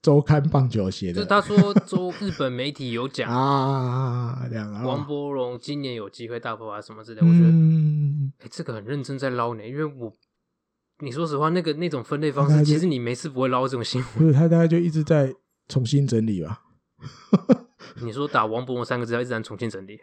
B: 周刊棒球写
C: 就
B: 的，
C: 是 他说，周日本媒体有讲、
B: 啊，这样啊，
C: 王柏荣今年有机会大爆发什么之类，我觉得
B: 嗯，
C: 哎、这个很认真在捞呢，因为我你说实话，那个那种分类方
B: 大概
C: 式，
B: 就
C: 其实你没事不会捞这种新闻。
B: 不是他大概就一直在重新整理吧
C: 你说打王博文三个字要一直按重新整理，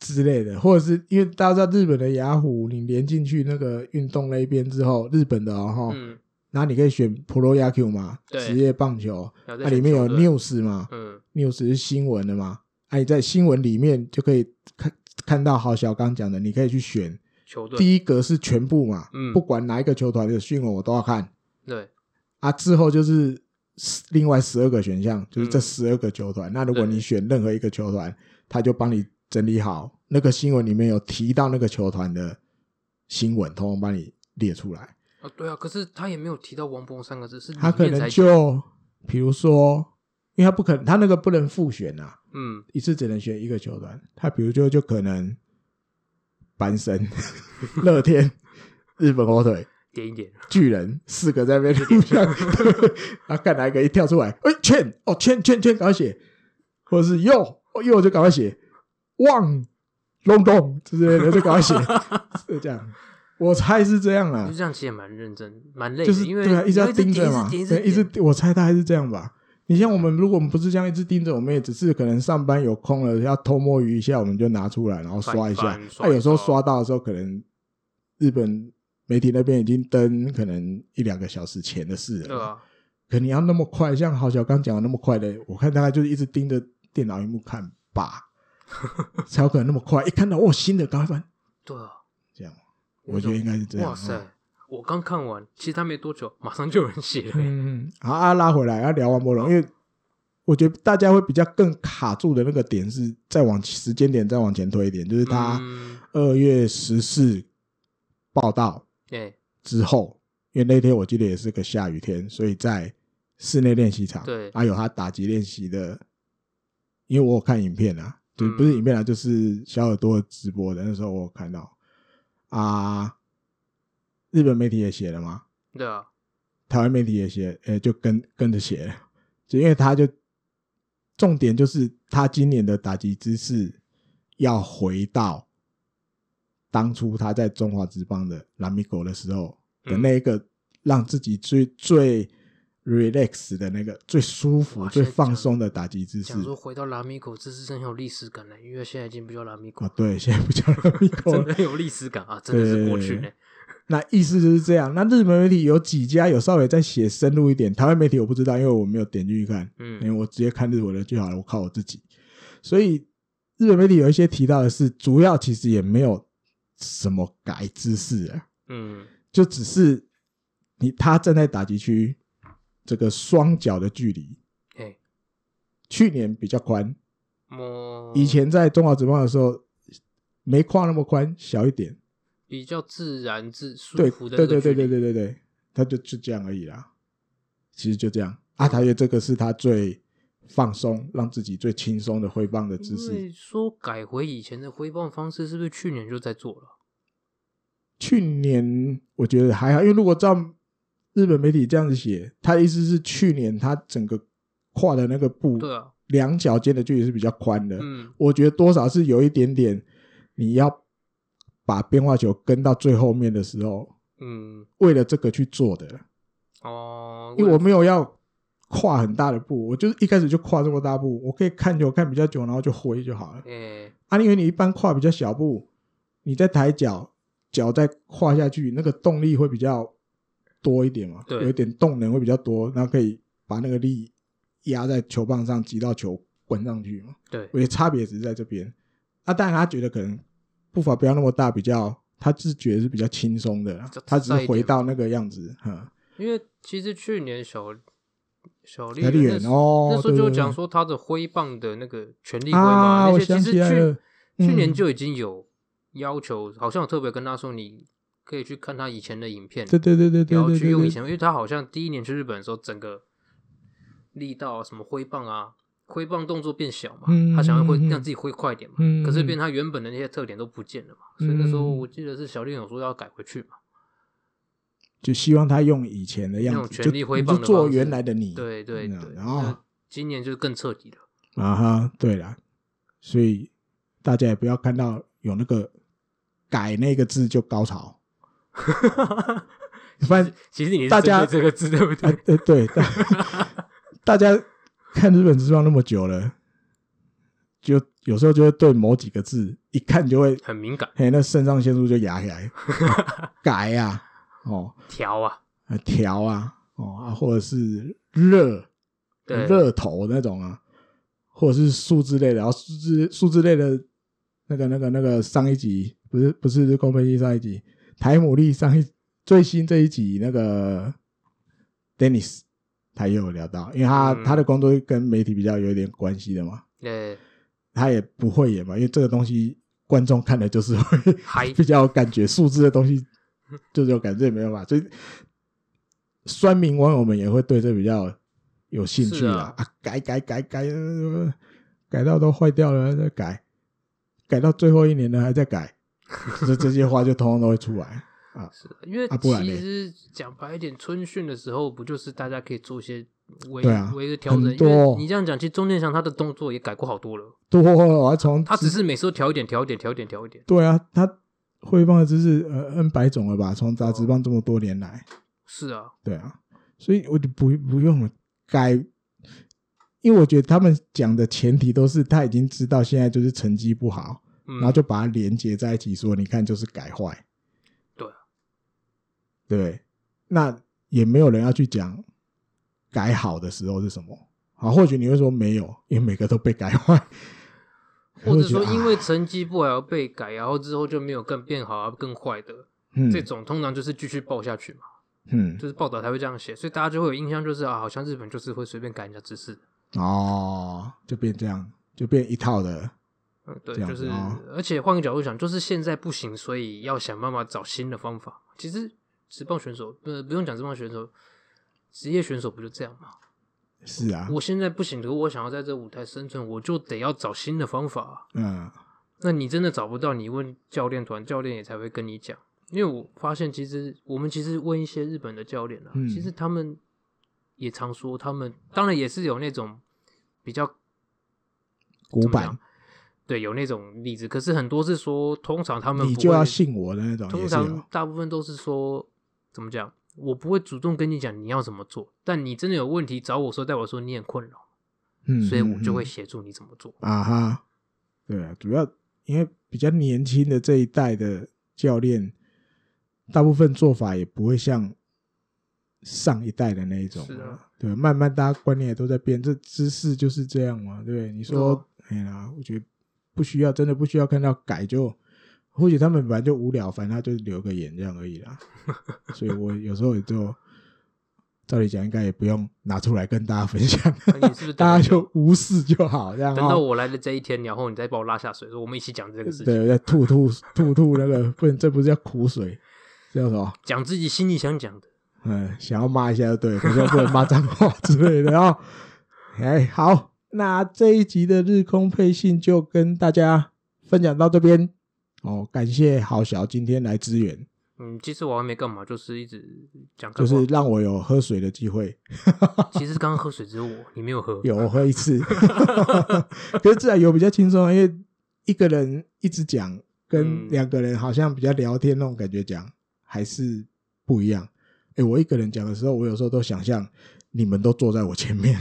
B: 之类的，或者是因为大家知道日本的雅虎，你连进去那个运动那一边之后，日本的哦，吼
C: 嗯
B: 然后你可以选 Pro y a q 嘛，
C: 对
B: 职业棒球，那、
C: 然后再选
B: 里面有
C: 球队
B: News 嘛、
C: 嗯，
B: n e w s 是新闻的嘛，哎、你在新闻里面就可以看看到好小刚讲的，你可以去选
C: 球队
B: 第一格是全部嘛，
C: 嗯
B: 不管哪一个球团的新闻我都要看，
C: 对
B: 啊，之后就是十另外十二个选项，就是这
C: 嗯
B: 十二个球团。那如果
C: 对
B: 你选任何一个球团，他就帮你整理好那个新闻里面有提到那个球团的新闻，通通帮你列出来。
C: 啊对啊，可是他也没有提到王博文三个字，是里
B: 他可
C: 面
B: 能
C: 才
B: 就比如说，因为他不可能，他那个不能复选啊，
C: 嗯
B: 一次只能选一个球团。他比如就就可能阪神、 乐天、 日本火腿、
C: 点一点，
B: 巨人四个在那边 互相，对然后看哪一个一跳出来，哎、劝哦劝劝劝，赶快写，或者是右哦右就赶 快写，望隆咚之类的就赶快写，是这样，我猜是这样
C: 就
B: 啊，
C: 这样，其实也蛮认真，蛮累的，
B: 就是
C: 因为
B: 对啊，一直
C: 你
B: 要
C: 要
B: 盯着
C: 点
B: 嘛，
C: 一直
B: 对，
C: 点，
B: 一直
C: 点
B: 我猜大概是这样吧。你像我们，如果我们不是这样一直盯着，我们也只是可能上班有空了，要偷摸鱼一下，我们就拿出来，然后刷一下
C: 翻一翻。刷
B: 那、
C: 一
B: 有时候
C: 刷
B: 刷到的时候，可能日本媒体那边已经登可能一两个小时前的事了。
C: 对啊，
B: 可你要那么快，像郝小刚讲的那么快的，我看大概就是一直盯着电脑荧幕看吧， 才有可能那么快。一看到哦新的，赶快翻，
C: 对啊，
B: 这样，
C: 我
B: 我觉得
C: 懂
B: 应该是这样。
C: 哇
B: 嗯
C: 塞！我刚看完，其实他没多久，马上就有人写了、欸
B: 嗯，好啊，拉回来要聊王伯荣，因为我觉得大家会比较更卡住的那个点是再往时间点再往前推一点，就是他
C: 嗯，
B: 二月十四报道
C: 哎、
B: 之后，因为那天我记得也是个下雨天，所以在室内练习场，啊
C: 对
B: 还、有他打击练习的，因为我有看影片啊，就
C: 嗯
B: 不是影片啊，就是小耳朵直播的，那时候我有看到啊，日本媒体也写了嘛，
C: 对啊，
B: 台湾媒体也写，呃、就跟跟着写了，就因为他就重点就是他今年的打击姿势要回到当初他在中华职棒的拉米狗的时候的那一个让自己最最 relax 的那个最舒服、
C: 哇
B: 最
C: 现在
B: 放
C: 讲
B: 松的打击姿势
C: 讲说回到拉米狗，这是真有历史感了，因为现在已经不叫拉米狗
B: 啊，，对，现在不叫拉米狗
C: 真
B: 了
C: 的。有历史感啊，真的是过去呢、
B: 对那意思就是这样。那日本媒体有几家有稍微再写深入一点，台湾媒体我不知道，因为我没有点进去看。因为
C: 嗯，
B: 我直接看日文的就好了，我靠我自己。所以日本媒体有一些提到的是，主要其实也没有什么改姿势啊，
C: 嗯，
B: 就只是你他站在打击区这个双脚的距离，
C: 哎、
B: 去年比较宽，
C: 摸
B: 以前在中华职棒的时候没跨那么宽，小一点。
C: 比较自然自舒
B: 对
C: 服的
B: 对
C: 那
B: 对
C: 个
B: 对
C: 距
B: 对
C: 离
B: 对对对，他就就这样而已啦。其实就这样，阿
C: 嗯
B: 塔月这个是他最放松，让自己最轻松的挥棒的姿
C: 因
B: 势。
C: 为说改回以前的挥棒方式，是不是去年就在做了？
B: 去年我觉得还好，因为如果照日本媒体这样子写，他的意思是去年他整个跨的那个步，
C: 对啊，
B: 两脚间的距离是比较宽的。
C: 嗯，
B: 我觉得多少是有一点点，你要把变化球跟到最后面的时候，
C: 嗯，
B: 为了这个去做的。
C: 哦，
B: 因为我没有要跨很大的步，我就是一开始就跨这么大步，我可以看球看比较久，然后就挥就好了。
C: 哎、
B: 啊，因为你一般跨比较小步，你再抬脚，脚再跨下去，那个动力会比较多一点嘛，
C: 对
B: 有一点动能会比较多，然后可以把那个力压在球棒上，击到球滚上去嘛。
C: 对
B: 我，觉得差别只是在这边。啊，但他觉得可能步伐不要那么大，比较他自觉是比较轻松的啦
C: 比较，
B: 他只
C: 自在
B: 是
C: 一
B: 回
C: 点
B: 到那个样子，嗯，
C: 因为其实去年小小丽
B: 小丽
C: 那
B: 媛哦
C: 那时候
B: 对
C: 就
B: 对对
C: 讲说他的挥棒的那个权力挥嘛，
B: 啊，
C: 那
B: 我
C: 些
B: 想
C: 其实
B: 起来了
C: 去、，去年
B: 嗯
C: 就已经有要求，好像我特别跟他说，你可以去看他以前的影片，
B: 对对对对对
C: 然后
B: 对
C: 去用以
B: 对，
C: 前，因为他好像第一年去日本的时候，整个力道啊，什么挥棒啊，挥棒动作变小嘛，
B: 嗯
C: 他想要挥
B: 嗯嗯
C: 让自己挥快一点嘛，
B: 嗯
C: 可是变
B: 嗯
C: 他原本的那些特点都不见了嘛，所以那时候我记得是小丽有说要改回去嘛，
B: 就希望他用以前的样
C: 那
B: 子，
C: 种权
B: 就
C: 力挥
B: 你
C: 棒
B: 就
C: 的
B: 做
C: 方式
B: 原来的你，
C: 对对
B: 嗯
C: 对，
B: 然后
C: 那今年就更彻 底了，
B: 啊哈，对啦，所以大家也不要看到有那个改那个字就高潮，反 正
C: 其实你是
B: 大
C: 针
B: 家
C: 对这个字对不
B: 啊
C: 对？
B: 呃对，大大家看日本之棒那么久了，就有时候就会对某几个字一看就会，
C: 很敏感，
B: 嘿，那肾上腺素就压起 来，改呀、哦，
C: 调啊，
B: 啊调啊，哦啊，或者是热
C: 对
B: 热头那种啊，或者是数字类的，然后数字数字类的那个那个那个上一集不是不是公分机上一集，台姆利上一最新这一集那个 Dennis 他也有聊到，因为他、
C: 嗯
B: 他的工作跟媒体比较有一点关系的嘛，
C: 对，
B: 他也不会演嘛，因为这个东西观众看的就是会
C: 嗨
B: 比较有感觉，数字的东西就是有感觉，没办法，所以酸民网友们也会对这比较有兴趣
C: 是
B: 啦
C: 啊。
B: 啊，改改改改，呃改到都坏掉了再改，改到最后一年了还在改，这这些话就通通都会出来。
C: 是的因为
B: 啊不然
C: 其
B: 嘞
C: 实讲白一点，春训的时候不就是大家可以做一些微
B: 对啊
C: 微的调整？
B: 很
C: 因为
B: 多
C: 你这样讲，其实钟建祥他的动作也改过好多了，
B: 多，我要从
C: 他只是每次都调一点，调一点，调一点，调一点。
B: 对啊，他汇棒的知识呃 N 百种了吧？从杂
C: 哦
B: 志棒这么多年来，
C: 是啊，
B: 对啊，所以我就不不用改，因为我觉得他们讲的前提都是他已经知道现在就是成绩不好，
C: 嗯，
B: 然后就把它连接在一起说，你看就是改坏，
C: 对啊
B: 对，那也没有人要去讲改好的时候是什么。好，或许你会说没有，因为每个都被改 坏，
C: 或
B: 我
C: 者说
B: 觉得
C: 因为
B: 啊
C: 成绩不好要被改，然后之后就没有更变好啊，更坏的
B: 嗯
C: 这种，通常就是继续报下去嘛，
B: 嗯
C: 就是报道才会这样写，所以大家就会有印象，就是啊，好像日本就是会随便改人家知识，
B: 哦，就变这样，就变一套的，
C: 嗯，对，
B: 这样
C: 就
B: 子
C: 是
B: 哦，
C: 而且换个角度想，就是现在不行，所以要想办法找新的方法。其实职棒选手，呃，不用讲职棒选手，职业选手不就这样吗？
B: 是啊，
C: 我现在不行，可我想要在这舞台生存，我就得要找新的方法啊、
B: 嗯
C: 那你真的找不到，你问教练团，教练也才会跟你讲。因为我发现，其实我们其实问一些日本的教练啊，
B: 嗯
C: 其实他们也常说，他们当然也是有那种比较
B: 古
C: 怎么讲
B: 板，
C: 对，有那种例子。可是很多是说，通常他们
B: 你
C: 不
B: 就要
C: 会
B: 信我的那种，
C: 通
B: 也是有
C: 常，大部分都是说怎么讲，我不会主动跟你讲你要怎么做，但你真的有问题找我说，代表说你很困扰，
B: 嗯，
C: 所以
B: 嗯
C: 我就
B: 嗯
C: 会协助你怎么做。
B: 啊哈，对啊，主要因为比较年轻的这一代的教练，大部分做法也不会像上一代的那一种
C: 是
B: 了、
C: 啊
B: 对，慢慢大家观念也都在变，这知识就是这样嘛，对不对？你
C: 对啊
B: 说，哎呀，我觉得不需要，真的不需要看到改就。或许他们本来就无聊，反正他就留个言这样而已 啦。所以我有时候也就，照理讲应该也不用拿出来跟大家分享，
C: 那你是 不是
B: 大
C: 等
B: 家
C: 着
B: 就无视就好，这样、哦。
C: 等到我来的这一天，然后你再把我拉下水，说我们一起讲这个事情，
B: 对，在吐吐 吐吐那个，不然这不是叫苦水，这叫什么？
C: 讲自己心里想讲的。
B: 嗯，想要骂一下就对，可是又不能骂脏话之类的 哦。哎，好，那这一集的日空配信就跟大家分享到这边哦，感谢好小今天来支援，
C: 嗯，其实我还没干嘛，就是一直讲干
B: 就
C: 话。
B: 是让我有喝水的机会，
C: 其实刚刚喝水只有我，你没有喝。
B: 有我喝一次， 可是自然有比较轻松，啊因为一个人一直讲，
C: 嗯
B: 跟两个人好像比较聊天那种感觉讲，还是不一样。哎、我一个人讲的时候，我有时候都想象你们都坐在我前面，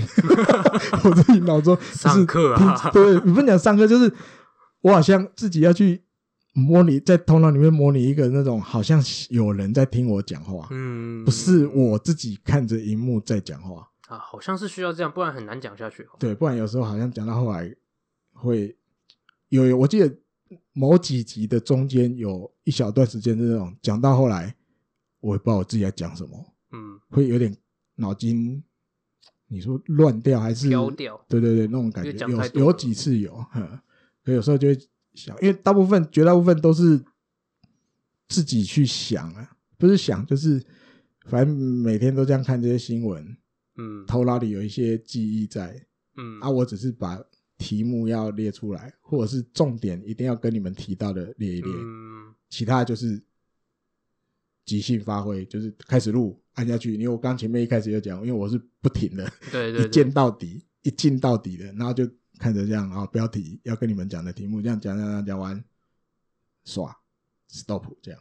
B: 我自己脑中就是
C: 上课啊
B: 听对，你不能讲上课，就是我好像自己要去模拟，在头脑里面模拟一个那种好像有人在听我讲话，
C: 嗯，
B: 不是我自己看着荧幕在讲话。
C: 啊，好像是需要这样，不然很难讲下去哦。
B: 对，不然有时候好像讲到后来会有，有我记得某几集的中间有一小段时间是那种讲到后来，我也不知道我自己在讲什么，
C: 嗯，
B: 会有点脑筋，你说乱掉还是
C: 飘掉。
B: 对对对，那种感
C: 因为
B: 觉
C: 讲太多
B: 有有
C: 了
B: 几次有，呵可有时候就会想，因为大部分绝大部分都是自己去想啊，不是想就是，反正每天都这样看这些新闻，
C: 嗯
B: 头脑里有一些记忆在，
C: 嗯
B: 啊，我只是把题目要列出来，或者是重点一定要跟你们提到的列一列，
C: 嗯，
B: 其他就是即兴发挥，就是开始录按下去。因为我刚前面一开始就讲，因为我是不停的，
C: 对对
B: 一
C: 对
B: 见，到底，一进到底的，然后就看着这样啊，标题要跟你们讲的题目，这样讲讲讲讲完，刷 stop 这样。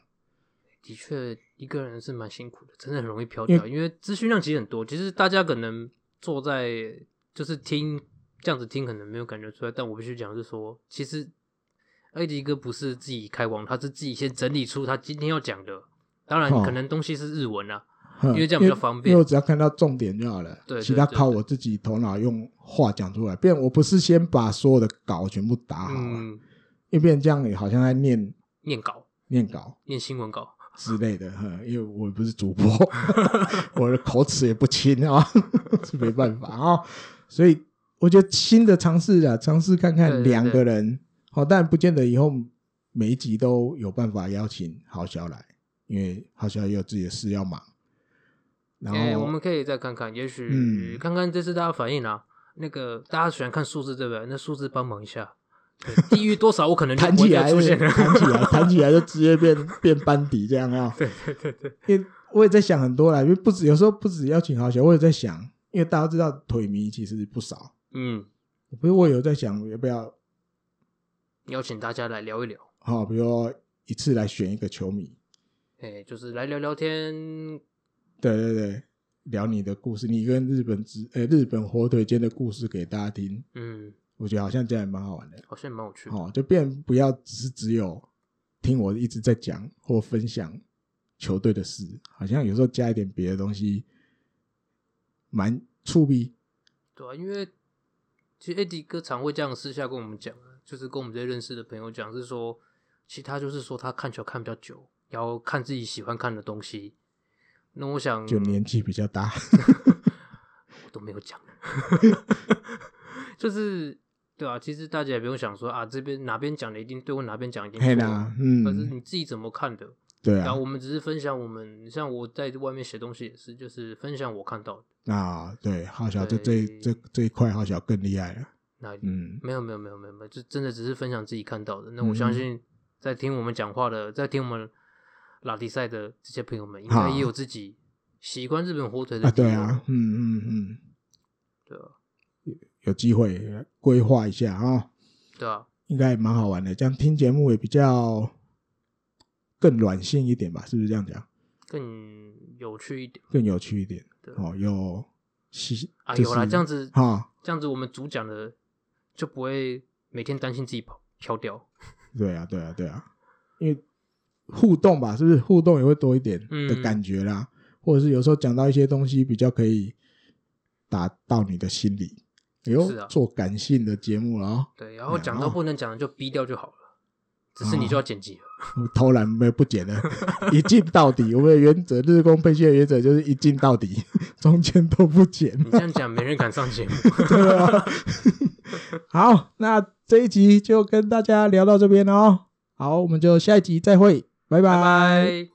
C: 的确，一个人是蛮辛苦的，真的很容易飘
B: 因为
C: 掉，因为资讯量其实很多。其实大家可能坐在就是听这样子听，可能没有感觉出来，但我必须讲是说，其实艾迪哥不是自己开网，他是自己先整理出他今天要讲的。当然，
B: 哦
C: 可能东西是日文啊，
B: 哼
C: 因为这样比较方便
B: 因为我只要看到重点就好了，
C: 对对
B: 其他
C: 对
B: 靠
C: 对
B: 我自己头脑用话讲出来。不然我不是先把所有的稿全部啊打好了，
C: 嗯，
B: 因为变成这样，好像在念
C: 念稿、
B: 念稿
C: 念新闻稿，
B: 之类的，哼，因为我不是主播， 我的口齿也不清啊， 是没办法啊、所以我觉得新的尝试啊，尝试看
C: 对
B: 看
C: 对
B: 两个人，好、但不见得以后每一集都有办法邀请郝小来，因为郝小也有自己的事要忙。然后、
C: 哎、我们可以再看看，也许
B: 嗯
C: 看看这次大家反应啊。那个大家喜欢看数字对不对？那数字帮忙一下， 对低于多少我可能就
B: 弹
C: 不会
B: 起
C: 再
B: 来
C: 出
B: 就
C: 现
B: 是，
C: 了。
B: 弹 起来，弹起来就直接变变班底这样啊。对对对对，因为我也在想很多啦，因为不止有时候不止邀请好小，我也在想，因为大家知道腿迷其实不少，
C: 嗯，
B: 不是我有在想要不要
C: 邀请大家来聊一聊。
B: 好、比如说一次来选一个球迷。
C: 哎、就是来聊聊天，
B: 对对对，聊你的故事，你跟日本之呃日本火腿间的故事给大家听，
C: 嗯，
B: 我觉得好像这样也蛮好玩的。
C: 好像蛮有趣的。
B: 哦，就变不要只是只有听我一直在讲或分享球队的事，好像有时候加一点别的东西，蛮触逼。
C: 对啊，因为其实 AD 哥常会这样私下跟我们讲啊，就是跟我们这些认识的朋友讲，是说其他就是说他看球看比较久，然后看自己喜欢看的东西。那我想
B: 就年纪比较大，
C: 我都没有讲， 就是对啊，其实大家也不用想说啊，这边哪边讲的一定对，或哪边讲的一
B: 嘿
C: 定
B: 啦
C: 错，，啊可是
B: 嗯，
C: 你自己怎么看的？
B: 对
C: 然
B: 啊
C: 后，我们只是分享我们，像我在外面写东西也是，就是分享我看到的
B: 啊，对，浩小这这
C: 对
B: 这这一块，浩小更厉害了，
C: 那
B: 嗯，
C: 没有没有没有没有没有，就真的只是分享自己看到的。那我相
B: 嗯
C: 信在听我们讲话的，在听我们拉迪赛的这些朋友们，应
B: 好
C: 该也有自己喜欢日本火腿的
B: 啊，
C: 理由
B: 对啊，，嗯嗯嗯，
C: 对啊，
B: 有机会来规划一下啊、
C: 对啊，
B: 应该也蛮好玩的，这样听节目也比较更软性一点吧，是不是这样讲？
C: 更有趣一点。
B: 更有趣一点
C: 对
B: 哦，有吸
C: 啊，
B: 就是
C: 有啦，这样子，
B: 哈，
C: 这样子我们主讲的就不会每天担心自己跑飘掉。
B: 对啊，对啊，对啊，因为互动吧，是不是互动也会多一点的感觉啦？
C: 嗯
B: 或者是有时候讲到一些东西比较可以打到你的心里，哎呦，
C: 是啊
B: 做感性的节目了哦，
C: 对，然后讲到
B: 哦
C: 不能讲的就逼掉就好了，只是你就要剪辑了。
B: 我 偷懒没有不剪的， 一镜到底。我们的原则，日光配线的原则就是一镜到底， 中间都不 剪。
C: 你这样讲，没人敢上节目。
B: 对啊。好，那这一集就跟大家聊到这边哦。好，我们就下一集再会，拜
C: 拜拜。